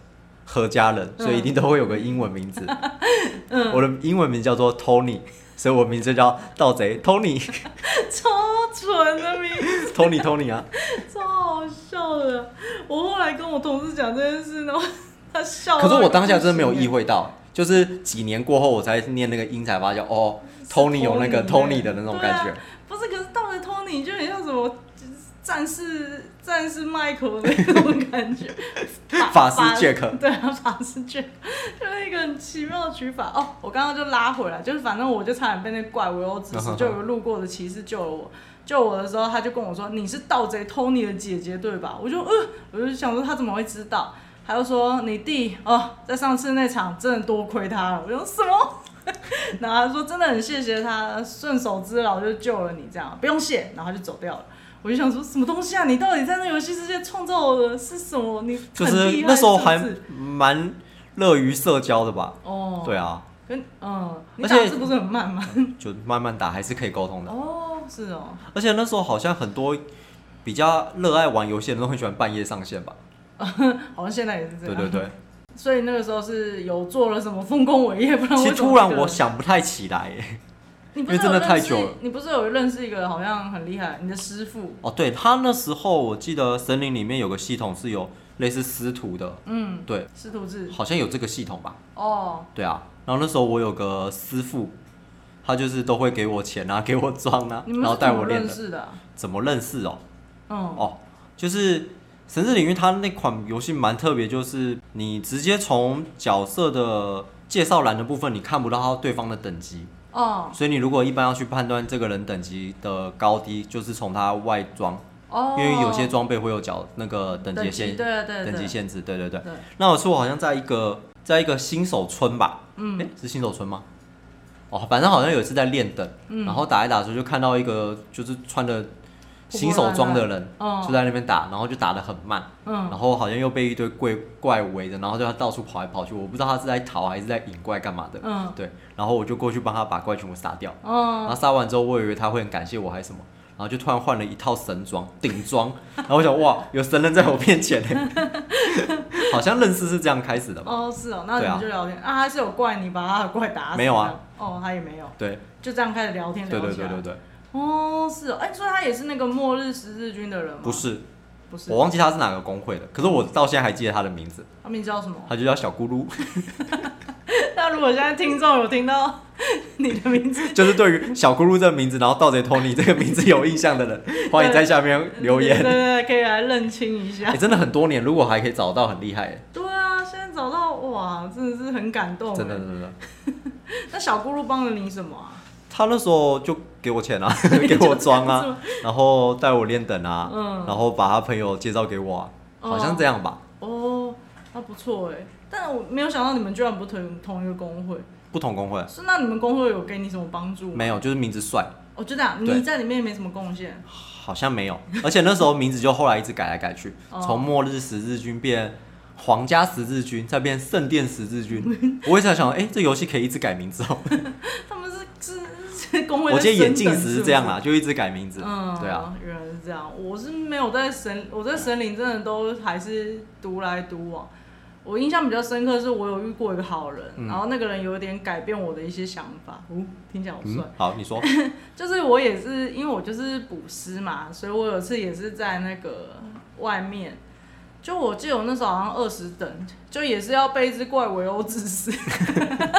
S2: 何家人，所以一定都会有个英文名字。
S1: 嗯
S2: 我的英文名叫做 Tony，所以我名字叫盗贼 Tony，Tony
S1: 超蠢的名字
S2: Tony 啊。
S1: 超好笑的。我后来跟我同事讲这件事，然后他笑到一
S2: 可
S1: 个不行欸。
S2: 是我当下真的没有意会到，就是几年过后我才念那个音才发现，哦，Tony 有那个 Tony 的那种感
S1: 对
S2: 觉
S1: 啊。不是，可是到了 Tony 就很像什么就是战士战士 Michael 的那种感觉，
S2: 法师 Jack
S1: 对啊，法师 Jack 就是一个很奇妙的取法哦。我刚刚就拉回来，就是反正我就差点被那怪围殴致
S2: 嗯哼
S1: 死，
S2: 哼
S1: 就有个路过的骑士救了我。救我的时候，他就跟我说：“你是盗贼 Tony 的姐姐对吧？”我就呃，我就想说他怎么会知道？他就说：“你弟哦，在上次那场真的多亏他了。”我说：“什么？”然后他说真的很谢谢他，顺手之劳就救了你，这样不用谢，然后他就走掉了。我就想说什么东西啊？你到底在那游戏世界创造的是什么？你
S2: 就
S1: 很
S2: 是
S1: 厉害
S2: 那时候
S1: 是不
S2: 还
S1: 是
S2: 蛮乐于社交的吧？
S1: 哦，
S2: 对，啊，
S1: 跟嗯，你
S2: 而
S1: 打
S2: 且
S1: 字不是很慢吗？
S2: 就慢慢打还是可以沟通的。
S1: 哦，是哦，
S2: 而且那时候好像很多比较热爱玩游戏的人都很喜欢半夜上线吧？
S1: 好像现在也是这
S2: 对
S1: 样。
S2: 对。对。
S1: [laughs] 所以那个时候是有做了什么丰功伟业，不然
S2: 其
S1: 我
S2: 实突然我，想不太起来。欸
S1: 你不
S2: 因
S1: 是
S2: 为真的
S1: 有认
S2: 太
S1: 识
S2: 久了
S1: 你不是有认识一个好像很厉害你的师傅？
S2: [laughs] 哦，对他那时候我记得森林里面有个系统是有类似师徒的，
S1: 嗯，
S2: 对，
S1: 师徒制
S2: 好像有这个系统吧？
S1: 哦，
S2: 对啊，然后那时候我有个师傅，他就是都会给我钱啊，给 [laughs] 我装啊，
S1: 你
S2: 然
S1: 们
S2: 后
S1: 是
S2: 带
S1: 怎
S2: 我
S1: 么
S2: 练
S1: 认
S2: 的。
S1: 识的啊？
S2: 怎么认识哦？
S1: 嗯，
S2: 哦，就是《神之领域》它那款游戏蛮特别，就是你直接从角色的介绍栏的部分，你看不到他对方的等级，
S1: 哦
S2: 所以你如果一般要去判断这个人等级的高低，就是从他外装，
S1: 哦，
S2: 因为有些装备会有角那个等级的
S1: 等级
S2: 限
S1: 对对对
S2: 等级限制，对对对。
S1: 对，
S2: 那我说我好像在一个在一个新手村吧，
S1: 嗯
S2: 诶，是新手村吗？哦，反正好像有一次在练等，
S1: 嗯
S2: 然后打一打的时候就看到一个就是穿着新手装的人
S1: 破破烂烂嗯
S2: 就在那边打，然后就打得很慢，
S1: 嗯
S2: 然后好像又被一堆怪怪围着，然后就他到处跑来跑去，我不知道他是在逃还是在引怪干嘛的，
S1: 嗯
S2: 对，然后我就过去帮他把怪全部杀掉，然后
S1: 哦，
S2: 杀完之后，我以为他会很感谢我还是什么，然后就突然换了一套神装顶装，然后我想哇，有神人在我面前呢， [laughs] 好像认识是这样开始的吧？
S1: 哦是哦，那你
S2: 对啊
S1: 们就聊天啊，还是有怪你把他的怪打死？
S2: 没有啊，
S1: 哦他也没有，
S2: 对
S1: 就这样开始聊天
S2: 对
S1: 聊
S2: 对
S1: 起
S2: 对
S1: 来。
S2: 对对，
S1: 啊哦是哦，哎，所以他也是那个末日十字军的人吗？
S2: 不，是，
S1: 不是
S2: 我，忘记他是哪个工会的，可是我到现在还记得他的名字，
S1: 他名字叫什么？ [laughs]
S2: 他就叫小咕噜， [laughs]
S1: 那如果现在听众有听到 [laughs] 你的名字，
S2: 就是对于小咕噜这个名字，然后盗贼托尼这个名字有印象的人，欢迎在下面留言。
S1: 对对对，可以来认清一下
S2: 哎、。真的很多年，如果还可以找到，很厉害欸耶，
S1: 对啊，现在找到哇，真的是很感动。欸
S2: 真的真的。
S1: 那小咕噜帮了你什么啊？
S2: 他那时候就给
S1: [laughs]
S2: 我钱啊， [laughs] 给我装啊， [laughs] 然后带我练等啊，
S1: 嗯
S2: 然后把他朋友介绍给我、啊，
S1: 哦
S2: 好像这样吧。
S1: 欸哦，那不错哎，但我没有想到你们居然不同同一个工会。
S2: 不同工会
S1: 是那你们工会有给你什么帮助吗？
S2: 没有，就是名字帅，
S1: 我就这样，
S2: 对
S1: 你在里面没什么贡献。 [laughs]
S2: 好像没有。而且那时候名字就后来一直改来改去，
S1: 哦
S2: 从末日十字军变皇家十字军，再变圣殿十
S1: [laughs]
S2: 字军。我一直在想，哎、这游戏可以一直改名字哦。
S1: 他们是是是工会，
S2: [laughs] 我记得眼镜
S1: 石
S2: 时是这样啦，。就一直改名字。
S1: 嗯，
S2: 对啊，，
S1: 原来是这样。我是没有在神，我在神灵真的都还是独来独往。我印象比较深刻是我有遇过一个好人，
S2: 嗯
S1: 然后那个人有点改变我的一些想法。哦，听起来好帅。
S2: 嗯，好，你说，
S1: 就是我也是，因为我就是补师嘛，所以我有一次也是在那个外面，就我记得我那时候好像二十等，就也是要被一只怪围殴致死， [laughs]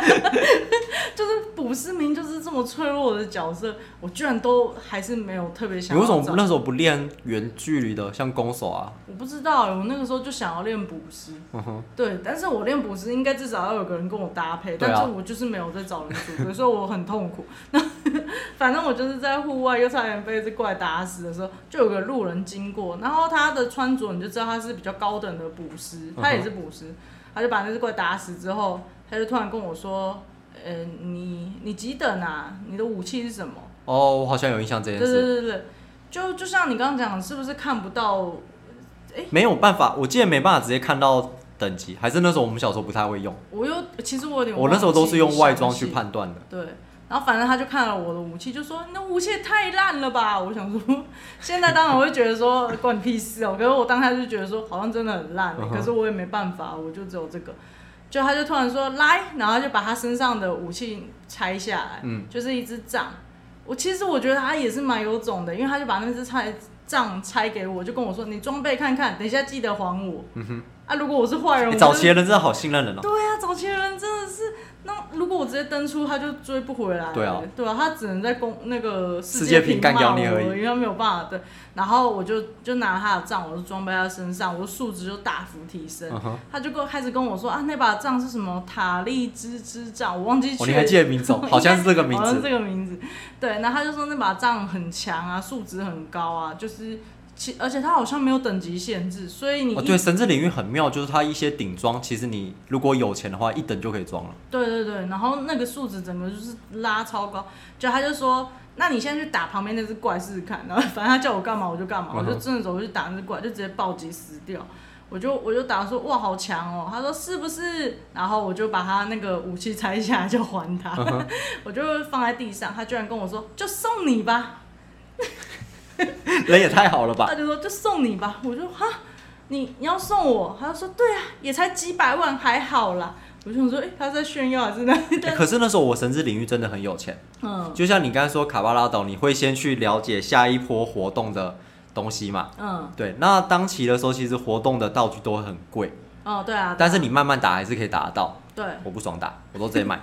S1: 就是补师明就是这么脆弱的角色，我居然都还是没有特别 [laughs]
S2: 你
S1: 想要
S2: 为什
S1: 找。
S2: 么不那时候不练远距离的，像攻守啊？
S1: 我不知道、欸，我那个时候就想要练补师，
S2: 嗯哼，
S1: 对，但是我练补师应该至少要有个人跟我搭配，
S2: 对啊
S1: 但是我就是没有在找人组队，所以我很痛苦。那反正我就是在户外又差点被这怪打死的时候，就有个路人经过，然后他的穿着你就知道他是比较高等的捕师，他也是捕师，他就把那只怪打死之后，他就突然跟我说：“呃，你你几等啊？你的武器是什么？”
S2: 哦，我好像有印象这件
S1: 对
S2: 事，
S1: 对对对，就就像你刚刚讲的，是不是看不到？
S2: 没有办法，我记得没办法直接看到等级，还是那时候我们小时候不太会用，
S1: 我又其实我有点
S2: 我那时候都是用外装去
S1: 判。
S2: 判断的。
S1: 对，然后反正他就看了我的武器，就说你的武器也太烂了吧！我想说，现在当然我会觉得说关你屁事哦、可是我当下就觉得说好像真的很烂、欸
S2: 嗯哼
S1: 可是我也没办法，我就只有这个。就他就突然说来，然后他就把他身上的武器拆下来，
S2: 嗯
S1: 就是一支杖。我其实我觉得他也是蛮有种的，因为他就把那支拆杖拆给我，就跟我说你装备看看，等一下记得还我。嗯哼，啊，如果我是坏人，
S2: 你
S1: 我
S2: 哎早
S1: 就
S2: 期的人真的好信任人哦、
S1: 对啊，早期的人真的是，那如果我直接登出，他就追不回来了。
S2: 对啊，
S1: 他只能在公那个
S2: 世界
S1: 屏
S2: 屏干掉
S1: 骂
S2: 你而
S1: 我
S2: 已
S1: 因为他没有办法对。然后我就就拿他的杖，我就装备在他身上，我的数值就大幅提升。
S2: 嗯哼，
S1: 他就跟我开始跟我说啊，那把杖是什么塔利之之杖，我忘记确、
S2: 哦，你还记得名
S1: [laughs]
S2: 字哦、好像是这个名
S1: 好像这
S2: 字。
S1: 个名字，对，然后他就说那把杖很强啊，数值很高啊，就是其而且他好像没有等级限制，所以你
S2: 哦，
S1: 一
S2: 对，神之领域很妙，就是它一些顶装，其实你如果有钱的话，一等就可以装了。 [laughs]
S1: 对对对，然后那个数值整个就是拉超高，就他就说，那你现在去打旁边那只怪试试看，然后反正他叫我干嘛我就干嘛，我
S2: 嗯哼
S1: 就真的走过去打那只怪，就直接暴击死掉。我就我就打说哇好强哦，他说是不是？然后我就把他那个武器拆下来就还他，我就放在地上，他居然跟我说就送你吧，
S2: 人也太好了吧
S1: 他？就说就送你吧，我就哈，你你要送我？他就说对啊，也才几百万还好啦。我就想说，哎、他在炫耀还是那？
S2: 欸可是那时候我神之领域真的很有钱，
S1: 嗯
S2: 就像你刚才说卡巴拉岛，你会先去了解下一波活动的东西嘛？
S1: 嗯
S2: 对，那当期的时候，其实活动的道具都很贵，
S1: 哦，对啊，对啊
S2: 但是你慢慢打还是可以打得到。
S1: 对，
S2: 我不爽打，我都直接买。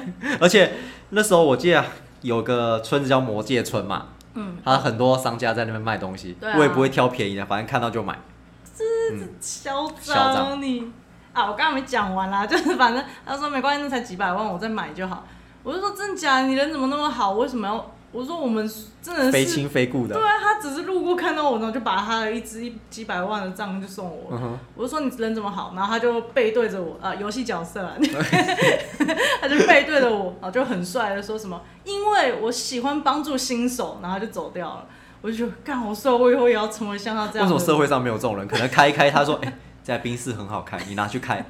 S2: [laughs] 而且那时候我记得有个村子叫魔界村嘛，
S1: 嗯，
S2: 它很多商家在那边卖东西，
S1: 对啊
S2: 我也不会挑便宜的，反正看到就买。
S1: 嚣
S2: 嗯嚣张
S1: 张你啊！我刚刚没讲完啦， [laughs] 就是反正他说没关系，那才几百万，我再买就好。我就说真假的，你人怎么那么好？为什么要？我说我们真的是
S2: 非亲非故
S1: 对
S2: 的，
S1: 啊，他只是路过看到我，然后就把他的一支几百万的账就送我了。
S2: 嗯哼
S1: 我就说你人怎么好，然后他就背对着我，啊，游戏角
S2: [laughs]
S1: 色啊，他就背对着我，然后就很帅的说什么，因为我喜欢帮助新手，然后就走掉了。我就觉得，干，我说我以后也要成为像他这
S2: 为
S1: 样的
S2: 什
S1: 人。
S2: 么社会上没有这种人？可能开一开，他说：“哎、这台冰室很好看，你拿去
S1: [laughs]
S2: 开。”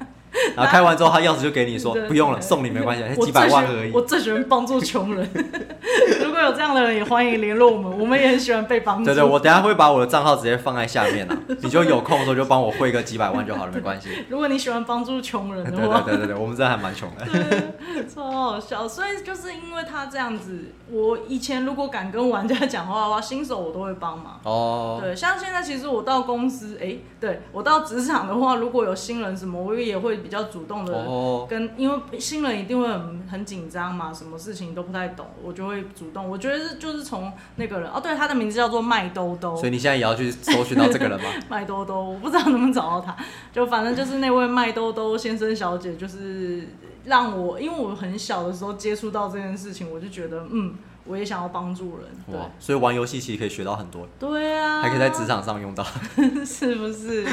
S2: 然后开完之后，他钥匙就给你说
S1: 对：“
S2: 不用了，
S1: 对
S2: 送你没关系，才
S1: 我
S2: 哎几百万
S1: 最喜
S2: 而已
S1: 我。最喜欢帮助穷人， [laughs] 如果有这样的人，也欢迎联络我们，我们也很喜欢被帮”助。
S2: 对对，我等一下会把我的账号直接放在下面
S1: [laughs]
S2: 啊，你就有空的时候就帮我汇个几百万就好了，没关系。
S1: 如果你喜欢帮助穷人
S2: 对
S1: 的话
S2: 哎对，对对对，我们真的还蛮穷的。
S1: [laughs] 超好笑。所以就是因为他这样子，我以前如果敢跟玩家讲话的话，新手我都会帮忙。
S2: 哦，
S1: 对，像现在其实我到公司，哎、对我到职场的话，如果有新人什么，我也会比较主动的
S2: 哦，
S1: 跟因为新人一定会很很紧张嘛，什么事情都不太懂，我就会主动。我觉得是就是从那个人哦，对，他的名字叫做麦兜兜
S2: 所，以你现在也要去搜寻到这个人吗？
S1: 麦兜兜，我不知道能不能找到他。就反正就是那位麦兜兜先生小姐，就是让我，因为我很小的时候接触到这件事情，我就觉得嗯，我也想要帮助人。 [laughs] 对
S2: 哇，所以玩游戏其实可以学到很多，
S1: 对啊，
S2: 还可以在职场上用到。
S1: 嗯
S2: [laughs]
S1: 是不是？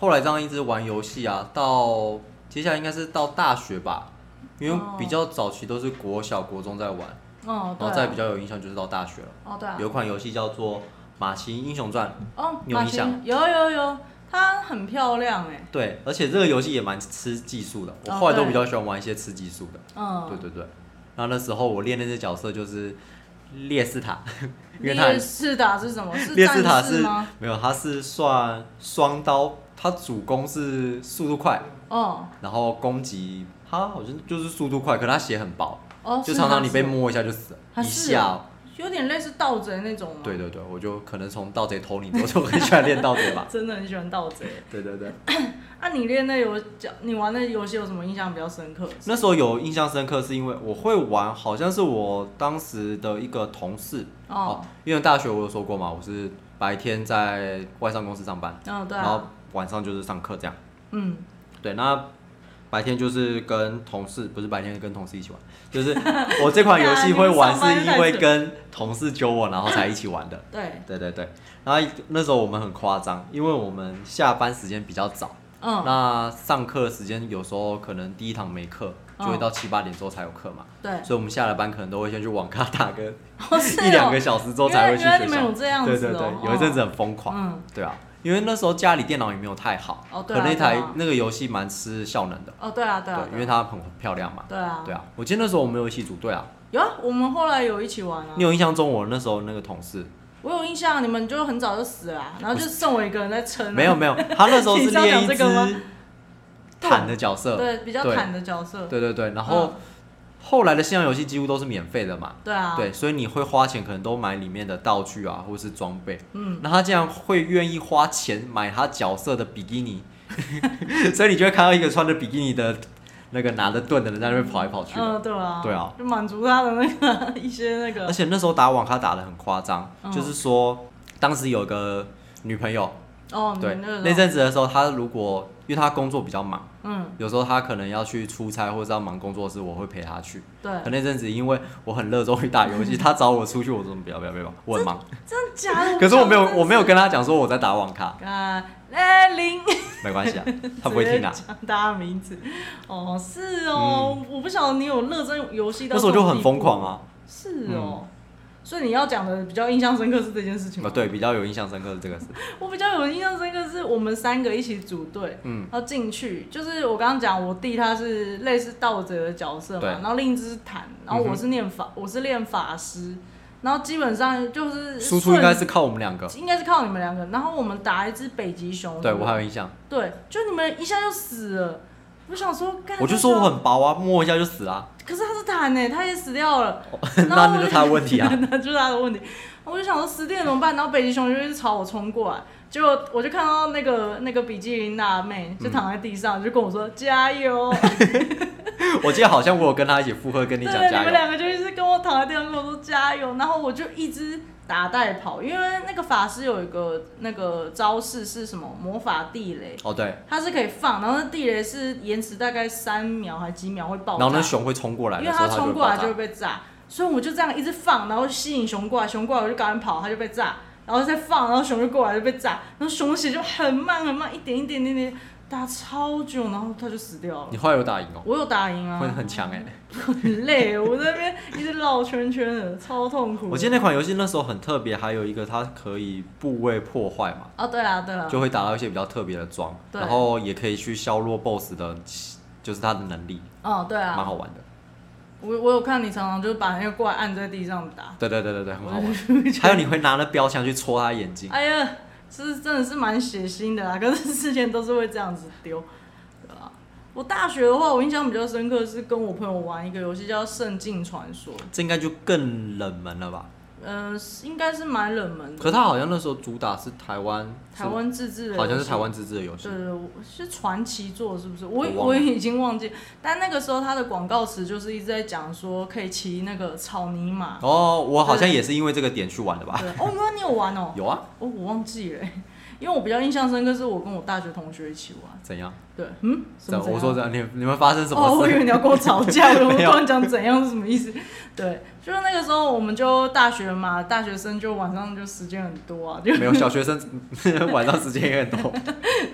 S2: 后来这样一直玩游戏啊，到接下来应该是到大学吧，因为比较早期都是国小、国中在玩，
S1: 哦，
S2: 然
S1: 对、
S2: 后
S1: 啊，
S2: 再比较有影响就是到大学了。
S1: 哦，对啊，
S2: 有一款游戏叫做《马奇英雄传
S1: 哦，
S2: 你有
S1: 马
S2: 印象
S1: 琴有有有，它很漂亮哎、》，
S2: 对，而且这个游戏也蛮吃技术的，我
S1: 哦
S2: 后来都
S1: 对
S2: 比较喜欢玩一些吃技术的。
S1: 嗯，
S2: 对对对，然后那时候我练那些角色就是列斯塔， [laughs] 因为他
S1: 列斯塔是什么？是
S2: 列斯塔
S1: 战士
S2: 是
S1: 吗？
S2: 没有，他是算双刀，他主攻是速度快，
S1: 哦
S2: 然后攻击他好像就是速度快，可他血很薄，
S1: 哦，
S2: 就是常常
S1: 吗
S2: 你被，摸一下就死
S1: 啊
S2: 了，一
S1: 是
S2: 下
S1: 啊
S2: 哦。
S1: 是有点类似盗贼那种吗？。
S2: 对，对对，我就可能从盗贼头里，我就很喜欢练盗贼
S1: [laughs]
S2: 吧
S1: 真的很喜欢盗贼。
S2: 对对对，
S1: 啊，你练那游角，你玩那游戏有什么印象比较深刻？
S2: 那时候有印象深刻，是因为我会玩，好像是我当时的一个同事
S1: 哦，
S2: 因为大学我有说过嘛，我是白天在外商公司上班，
S1: 嗯，对
S2: 然后
S1: 啊，
S2: 晚上就是上课这样。
S1: 嗯，
S2: 对，那白天就是跟同事，不是白天跟同事一起玩，就是我这款游戏会
S1: [laughs]
S2: 玩
S1: 对啊你
S2: 是
S1: 们上班
S2: 因为
S1: 太扯
S2: 跟同事揪我，然后才一起玩的。
S1: 对，
S2: 对对对，然后那时候我们很夸张，因为我们下班时间比较早，
S1: 嗯，
S2: 那上课时间有时候可能第一堂没课，就会
S1: 嗯
S2: 到七八点之后才有课嘛，
S1: 对，
S2: 所以我们下了班可能都会先去网咖打个
S1: 哦是哦
S2: 一两个小时之后才会去
S1: 原来原
S2: 学
S1: 来你
S2: 校。
S1: 们有这样子
S2: 对
S1: 哦
S2: 对对
S1: 哦，
S2: 有一阵子很疯狂，
S1: 嗯
S2: 对啊，因为那时候家里电脑也没有太好，
S1: 哦
S2: 可
S1: 对啊
S2: 能那台、
S1: 对啊
S2: 那个游戏蛮吃效能的，
S1: 哦，对啊，对啊，
S2: 因为
S1: 他，
S2: 它很漂亮嘛。
S1: 对啊，
S2: 对啊，我记得那时候我们有一起组队啊，
S1: 有啊，我们后来有一起玩啊
S2: 你。有印象中我那时候那个同事
S1: 我有印象，你们就很早就死了啊、然后就剩我一个人在撑、啊。
S2: 没有没有，他那
S1: [laughs]
S2: 时候
S1: 你
S2: 是
S1: 是要
S2: 练一
S1: 讲这个吗
S2: 只坦的角
S1: [laughs]
S2: 色，
S1: 对，比较坦的角色。
S2: 对对对，然后、
S1: 嗯
S2: 后来的线上游戏几乎都是免费的嘛，
S1: 对啊，
S2: 对，所以你会花钱，可能都买里面的道具啊，或是装备。
S1: 嗯，
S2: 那他竟然会愿意花钱买他角色的比基尼， [laughs] 所以你就会看到一个穿着比基尼的那个拿着盾的人在那边跑来跑去的。
S1: 嗯、对啊，
S2: 对啊，
S1: 就满足他的那个 [laughs] 一些那
S2: 而
S1: 个，
S2: 且那时候打网咖打的很夸张，
S1: 嗯
S2: 就是说当时有个女朋友，
S1: 哦，你
S2: 对
S1: 们，那个
S2: 那阵子的时候，她如果因为她工作比较忙，
S1: 嗯，
S2: 有时候她可能要去出差或者要忙工作室，我会陪她去。
S1: 对，
S2: 可那阵子因为我很热衷于打游戏，她找我出去，我说不要不要不要，我很忙。
S1: 真的假的？
S2: 可是我没有
S1: 真的
S2: 我没有跟她讲说我在打网咖，
S1: 啊，哎、零，
S2: [laughs] 没
S1: [laughs]
S2: 关系啊，她不会听的、啊嗯
S1: 直。接讲大家名字，哦，是哦，我不晓得你有热衷游戏到
S2: 那时候
S1: 这
S2: 就
S1: 种
S2: 很疯狂
S1: 地
S2: 啊，嗯
S1: 步，是哦。所以你要讲的比较印象深刻是这件事情吗
S2: 啊？对，比较有印象深刻的这个事，
S1: 我比较有印象深刻是我们三个一起组队，
S2: 嗯
S1: 然后进去，就是我刚刚讲我弟他是类似盗贼的角色
S2: 对
S1: 嘛，然后另一只是坦，然后
S2: 嗯
S1: 我
S2: 哼
S1: 是念法，我是练法师，然后基本上就是
S2: 输出
S1: 顺
S2: 应该是靠我们两个，
S1: 应该是靠你们两个，然后我们打一只北极熊，
S2: 对
S1: 不
S2: 我还有印象，
S1: 对，就你们一下就死了，我想说，干
S2: 我就说我，很薄啊，摸一下就死啊，
S1: 可是他是坦呢、他也死掉了， [laughs] 然
S2: [laughs] 那
S1: 后我，
S2: 那就他的问题啊
S1: [laughs] 那就是他的问题。我就想说十点怎么办，然后北极熊就一直朝我冲过来，结果我就看到那个那个比基尼辣妹就躺在地上，就跟我说加油。
S2: 我记得好像我有跟他一起附和 [laughs] 跟你
S1: 对，
S2: 讲
S1: 你
S2: 加
S1: 们
S2: 油，
S1: 两个就一直跟我躺在地上跟我说加油，然后我就一直打带跑，因为那个法师有一个那个招式是什么魔法地雷。
S2: 哦对，
S1: 它是可以放，然后那地雷是延迟大概三秒还几秒会爆
S2: 然
S1: 炸，
S2: 后那熊会冲过来的
S1: 因
S2: 时
S1: 为
S2: 候，
S1: 它
S2: 他就
S1: 冲
S2: 会
S1: 过
S2: 爆
S1: 来就会
S2: 炸，
S1: 被炸，所以我就这样一直放，然后吸引熊过来，熊过来我就赶紧跑，它就被炸，然后再放，然后熊就过来就被炸，然后熊的血就很慢很慢，一点一点一点一点打超久，然后它就死掉了
S2: 你。后来有打赢哦，
S1: 我有打赢啊，
S2: 会很强哎，
S1: 很累，我在那边一直绕圈圈的，超痛苦的。
S2: 我记得那款游戏那时候很特别，还有一个它可以部位破坏嘛，
S1: 哦，对啊，对啊，
S2: 就会打到一些比较特别的装，
S1: 对
S2: 然后也可以去削弱 BOSS 的，就是他的能力，
S1: 哦，对
S2: 蛮
S1: 啊，
S2: 好玩的，
S1: 我我有看你常常就把那个怪按在地上打，
S2: 对对对
S1: [laughs]
S2: 对对，很好玩。
S1: 玩
S2: 还有你会拿那标枪去戳他眼睛，
S1: 哎呀，是真的是蛮血腥的啦。 [laughs] 可是之前都是会这样子丢，对吧？我大学的话，我印象比较深刻是跟我朋友玩一个游戏叫《圣境传说》，
S2: 这应该就更冷门了吧？
S1: 嗯、应该是蛮冷门
S2: 可
S1: 的，
S2: 他好像那时候主打是台湾，
S1: 台湾自制的，
S2: 好像是台湾。自制的游戏
S1: 对，对，我是传奇做的是不是？我
S2: 我忘了
S1: 我已经忘记，但那个时候它的广告词就是一直在讲说可以骑那个草泥马。
S2: 哦 [laughs] 哦，我好像也是因为这个点去玩的吧？
S1: 对，哦，原来你有玩哦。
S2: 有啊，
S1: 哦，我忘记了欸，因为我比较印象深刻是我跟我大学同学一起玩，
S2: 怎样？
S1: 对，嗯，什
S2: 怎
S1: 么
S2: 样
S1: 怎
S2: 我
S1: 样
S2: 说这样，你你们发生什
S1: 哦，
S2: 么
S1: 我以
S2: 事？
S1: 为你要跟我吵架
S2: [laughs]
S1: 了，我突
S2: 没有
S1: 然讲怎样是什么意思？对，就是那个时候我们就大学嘛，大学生就晚上就时间很多啊，就
S2: 没有，小学生 [laughs] 晚上时间也
S1: [laughs]
S2: 很多。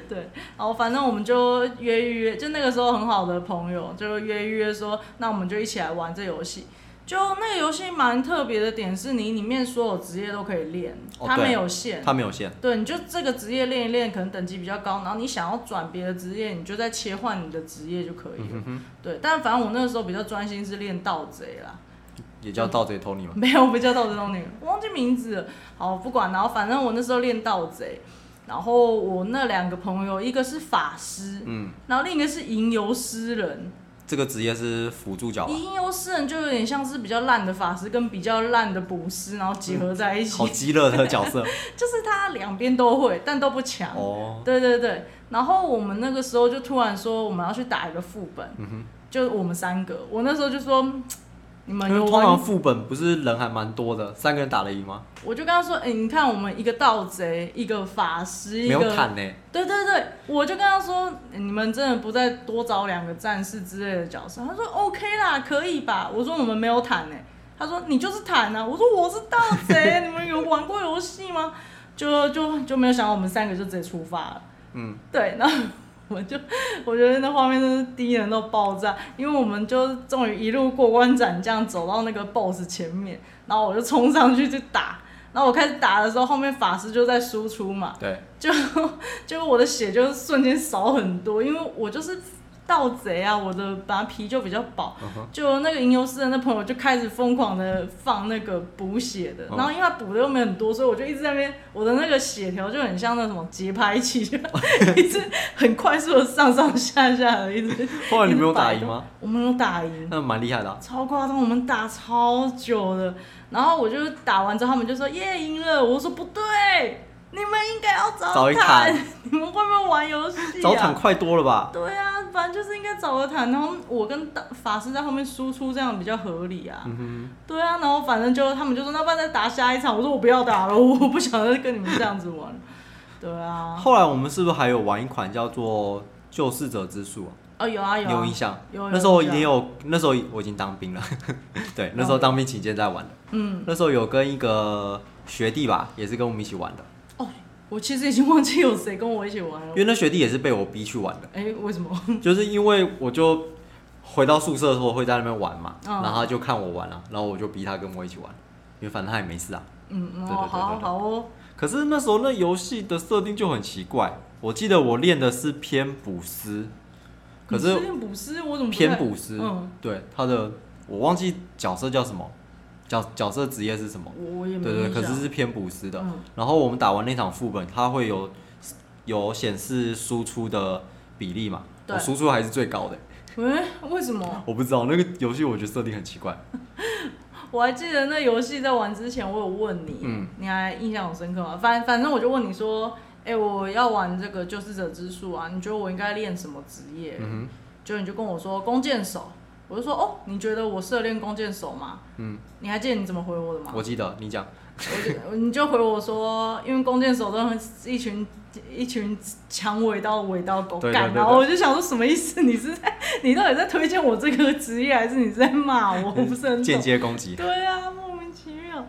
S1: 对，然后反正我们就约一约，就那个时候很好的朋友，就约一约说，那我们就一起来玩这游戏。就那个游戏蛮特别的点是，你里面所有职业都可以练，
S2: 哦
S1: 它
S2: 对
S1: 没有限。
S2: 他没有限，
S1: 对，你就这个职业练一练，可能等级比较高，然后你想要转别的职业，你就再切换你的职业就可以
S2: 嗯
S1: 了。对，但反正我那个时候比较专心是练盗贼啦，
S2: 也叫盗贼偷你吗？
S1: [laughs] 没有，不叫盗贼东尼，我忘记名字了。好，不管，然后反正我那时候练盗贼，然后我那两个朋友，一个是法师，
S2: 嗯，
S1: 然后另一个是吟游诗人。
S2: 这个职业是辅助角吧，啊
S1: 吟游诗人就有点像是比较烂的法师跟比较烂的捕师，然后结合在一起，
S2: 嗯好激烈的角色
S1: [laughs] 就是他两边都会，但都不强。
S2: 哦。
S1: 对对对，然后我们那个时候就突然说我们要去打一个副本，
S2: 嗯
S1: 就我们三个。我那时候就说嗯你们
S2: 因为
S1: 有
S2: 通
S1: 玩
S2: 常副本不是人还蛮多的，三个人打得赢吗？
S1: 我就跟他说：“哎、你看我们一个盗贼，一个法师，
S2: 没
S1: 一
S2: 有
S1: 个……
S2: 砍呢，
S1: 对对对，我就跟他说，欸你们真的不再多找两个战士之类的角色？他说 OK 啦，可以吧？我说我们没有坦呢、他说你就是坦啊，我说我是盗贼，你们有玩过游戏吗？就就就没有想到我们三个就直接出发了。
S2: 嗯，
S1: 对，然后我就我觉得那画面真是低能到爆炸，因为我们就终于一路过关斩将走到那个 BOSS 前面，然后我就冲上去去打，然后我开始打的时候，后面法师就在输出嘛，
S2: 对，
S1: 就 [laughs] 就我的血就瞬间少很多，因为我就是盗贼啊，我的本来皮就比较薄，
S2: 嗯
S1: 就那个吟游诗人的朋友就开始疯狂的放那个补血的，
S2: 嗯
S1: 然后因为他补的又没很多，所以我就一直在那边，我的那个血条就很像那什么节拍器，就 [laughs] 一直很快速的上上下下的，一直。
S2: 后来你们有
S1: 一直摆
S2: 打
S1: 动
S2: 赢吗？？
S1: 我们有打赢。
S2: 那蛮厉害的啊、
S1: 超夸张，我们打超久的。然后我就打完之后，他们就说耶赢了。我说不对，你们应该要
S2: 找
S1: 找
S2: 一砍
S1: 坦， [laughs] 你们会不会玩游戏、啊？
S2: 早坦快多了吧？
S1: 对啊，反正就是应该找个坦，然后我跟大法师在后面输出，这样比较合理啊。
S2: 嗯
S1: 对啊，然后反正就他们就说，那不然再打下一场。我说我不要打了，我不想再跟你们这样子
S2: [laughs]
S1: 玩了。对啊，
S2: 后来我们是不是还有玩一款叫做《救世者之术》啊？
S1: 哦有啊有
S2: 你有
S1: 啊
S2: 印，象？
S1: 有有
S2: 那时候
S1: 印象
S2: 也有，那时候我已经当兵了， [laughs] 对，那时候当兵期间在玩的。
S1: 嗯，
S2: 那时候有跟一个学弟吧，也是跟我们一起玩的，
S1: 哦，我其实已经忘记有谁跟我一起玩了
S2: 因。为那学弟也是被我逼去玩的，
S1: 哎、为什么？ [laughs]
S2: 就是因为我就回到宿舍的时候会在那边玩嘛，
S1: 嗯
S2: 然后他就看我玩了、然后我就逼他跟我一起玩，因为反正他也没事啊。
S1: 嗯，嗯
S2: 对对
S1: 哦，
S2: 对
S1: 好
S2: 对对
S1: 好哦。
S2: 可是那时候那游戏的设定就很奇怪，我记得我练的是偏捕师，可
S1: 你
S2: 是
S1: 练捕师，我怎么不太
S2: 偏捕师，
S1: 嗯，
S2: 对他的我忘记角色叫什么，角角色职业是什么，
S1: 我我也没
S2: 对对，
S1: 印
S2: 可
S1: 象
S2: 是是偏捕师的。
S1: 嗯
S2: 然后我们打完那场副本，它会有有显示输出的比例嘛？
S1: 对
S2: 我输出还是最高的，
S1: 喂，为什么？
S2: 我不知道那个游戏，我觉得设定很奇怪。
S1: 我还记得那游戏在玩之前，我有问你，
S2: 嗯
S1: 你还印象很深刻吗？反反正我就问你说，哎、我要玩这个救世者之术啊，你觉得我应该练什么职业？
S2: 嗯
S1: 就你就跟我说弓箭手，我就说哦，你觉得我适合练弓箭手吗？
S2: 嗯，
S1: 你还记得你怎么回我的吗？
S2: 哼，我记得你讲，
S1: 我就你就回我说，因为弓箭手都很一群一群抢尾刀尾刀狗
S2: 对对
S1: 干，
S2: 对
S1: 然后
S2: 对
S1: 我就想说什么意思？ [laughs] 你是在你到底在推荐我这个职业，还是你在骂我？我不是很懂
S2: 间。接攻击，
S1: 对啊，莫名其妙。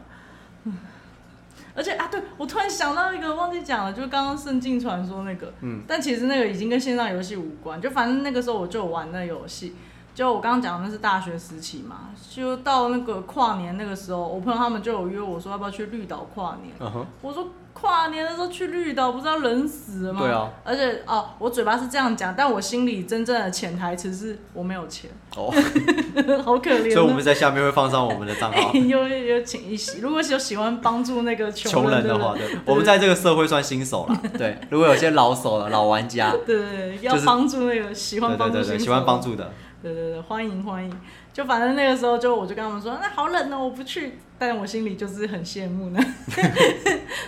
S1: 而且啊，对我突然想到一个忘记讲了，就是刚刚《圣境传说》那个，
S2: 嗯，
S1: 但其实那个已经跟线上游戏无关，就反正那个时候我就有玩那游戏。就我刚刚讲的那是大学时期嘛，就到那个跨年那个时候，我朋友他们就有约我说要不要去绿岛跨年，
S2: 嗯哼，
S1: 我说跨年的时候去绿岛，不知道冷死了吗？
S2: 对啊，
S1: 而且哦，我嘴巴是这样讲，但我心里真正的潜台词是我没有钱， [laughs]
S2: 哦，
S1: 好可怜、哦。。
S2: 所以我们在下面会放上我们的账号
S1: [laughs] 有有请一起，如果有喜欢帮助那个
S2: 穷人
S1: 人
S2: 的
S1: 的
S2: 话，对，我们在这个社会算新手了，
S1: [laughs]
S2: 对。如果有些老手了、老玩家，
S1: 对对对，
S2: 就
S1: 要
S2: 是
S1: 帮助那个喜
S2: 对
S1: 欢
S2: 对
S1: 帮助
S2: 对
S1: 新
S2: 对，
S1: 手
S2: 喜欢帮，助的，
S1: 对对对，欢迎欢迎。就反正那个时候就我就跟他们说，那好冷哦，我不去，但我心里就是很羡慕呢。 [laughs]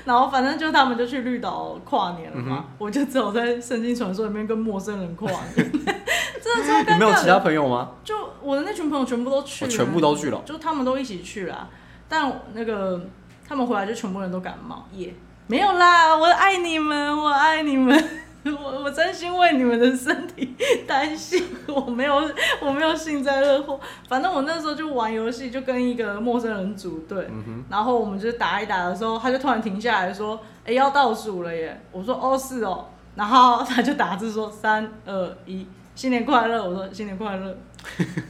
S1: 然后反正就他们就去绿岛跨年了
S2: 嗯
S1: 嘛，我就只有在圣经传说里面跟陌生人跨年， [laughs] 真的超尴尬的。
S2: 你没有其他朋
S1: [laughs]
S2: 友吗？
S1: 就我的那群朋友全部都去了，
S2: 我哦全部都去了
S1: 就他们都一起去啦。但那个他们回来就全部人都感冒耶没有啦，我爱你们，我爱你们， [laughs] 我我真心为你们的身体担心，我没有我没有幸灾乐祸。反正我那时候就玩游戏，就跟一个陌生人组队，
S2: 嗯
S1: 然后我们就是打一打的时候，他就突然停下来说：“哎、要倒数了耶！”我说：“哦，是哦。”然后他就打字说：“三二一，新年快乐！”我说：“新年快乐。”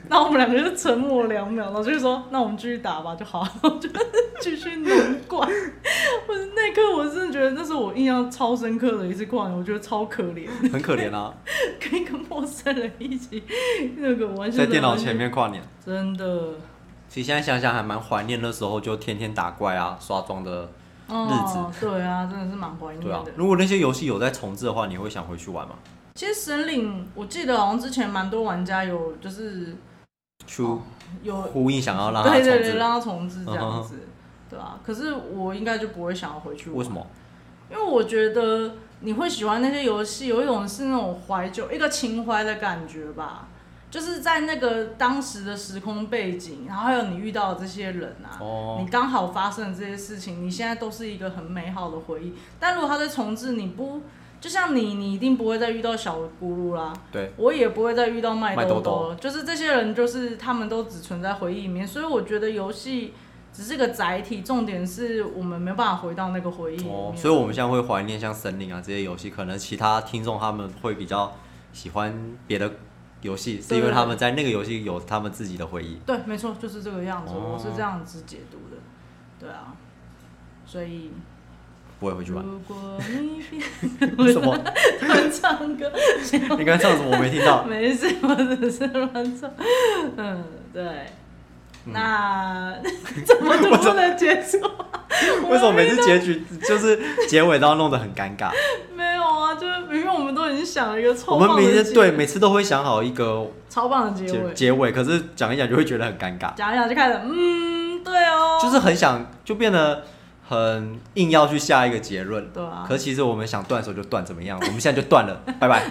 S1: 然后我们两个就沉默了两秒，然后就说：“那我们继续打吧，就好。”然 [laughs] 后就继续轮灌。我那一刻我真的觉得那是我印象超深刻的一次跨年，我觉得超可怜，
S2: 很可怜啊，
S1: [laughs] 跟一个陌生人一起那个玩，
S2: 在电脑前，面跨年。
S1: 真的
S2: 其实现在想想还蛮怀念那时候就天天打怪啊、刷装的。
S1: 哦，对啊，真的是蛮怀念
S2: 对啊
S1: 的，。
S2: 如果那些游戏有在重置的话，你会想回去玩吗？
S1: 其实神领，我记得好像之前蛮多玩家有就是
S2: 去
S1: 有
S2: 呼应想要让它
S1: 哦对
S2: 重
S1: 对对
S2: 置，
S1: 让它重置这
S2: 嗯
S1: 样
S2: 哼
S1: 子，对啊。可是我应该就不会想要回去玩，
S2: 为什？么？
S1: 因为我觉得你会喜欢那些游戏，有一种是那种怀旧、一个情怀的感觉吧，就是在那个当时的时空背景，然后还有你遇到的这些人啊，
S2: 哦
S1: 你刚好发生的这些事情，你现在都是一个很美好的回忆。但如果他在重置，你不就像你，你一定不会再遇到小咕噜啦，
S2: 对，
S1: 我也不会再遇到麦
S2: 麦
S1: 兜
S2: 兜兜
S1: 了就是这些人，就是他们都只存在回忆里面，所以我觉得游戏只是个载体，重点是我们没办法回到那个回忆里面。
S2: 哦，所以我们现在会怀念像森林啊这些游戏，可能其他听众他们会比较喜欢别的游戏，是因为他们在那个游戏有他们自己的回忆。
S1: 对，没错，就是这个样子，
S2: 哦
S1: 我是这样子解读的，对啊，所以
S2: 不会回
S1: [laughs]
S2: 去玩。
S1: 如果你变
S2: 什么？
S1: 乱唱歌， [laughs]
S2: 你刚才唱什么？我没听到。
S1: 没事，我只是乱唱，嗯，对。
S2: 嗯
S1: [laughs] 那怎
S2: [laughs]
S1: 么突然的结束啊？
S2: [laughs] 为什么每次结局就是结尾都要弄得很尴尬？
S1: 没有啊？就是明明我们都已经想了一个超
S2: 我
S1: 棒的
S2: 们每
S1: 结
S2: 次对
S1: 尾
S2: 每次都会想好一个
S1: 超棒的结
S2: 结
S1: 尾，
S2: 结尾，可是讲一讲就会觉得很尴尬，
S1: 讲一 [laughs] 讲就开始，嗯，对哦，
S2: 就是很想就变得很硬要去下一个结论。
S1: 对啊
S2: 可其实我们想断手就断，怎么样？我们现在就断了，拜拜。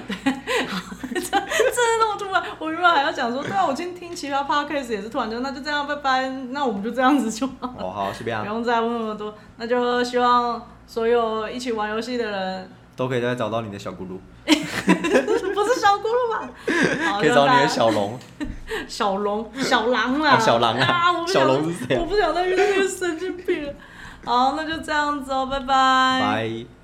S1: 真的那么突然，我原本还要讲说，对啊，我今天听其他 podcast 也是突然就，那就这样，拜拜，那我们就这样子就好，
S2: 哦，好，随便
S1: 不 [laughs]
S2: 啊，
S1: 用再问那么多。那就希望所有一起玩游戏的人， [laughs]
S2: 都可以再找到你的小咕噜，
S1: 不是小咕噜
S2: [laughs]
S1: 吧？好
S2: 可以找你的
S1: 就大
S2: 小龙。
S1: 家小
S2: [laughs]
S1: 龙、小狼啦，
S2: 哦小狼啊
S1: 啊，我不
S2: 小
S1: 想
S2: 龙是谁啊
S1: 我不想再遇到这个神经病了。好，那就这样子哦，拜拜。
S2: 拜。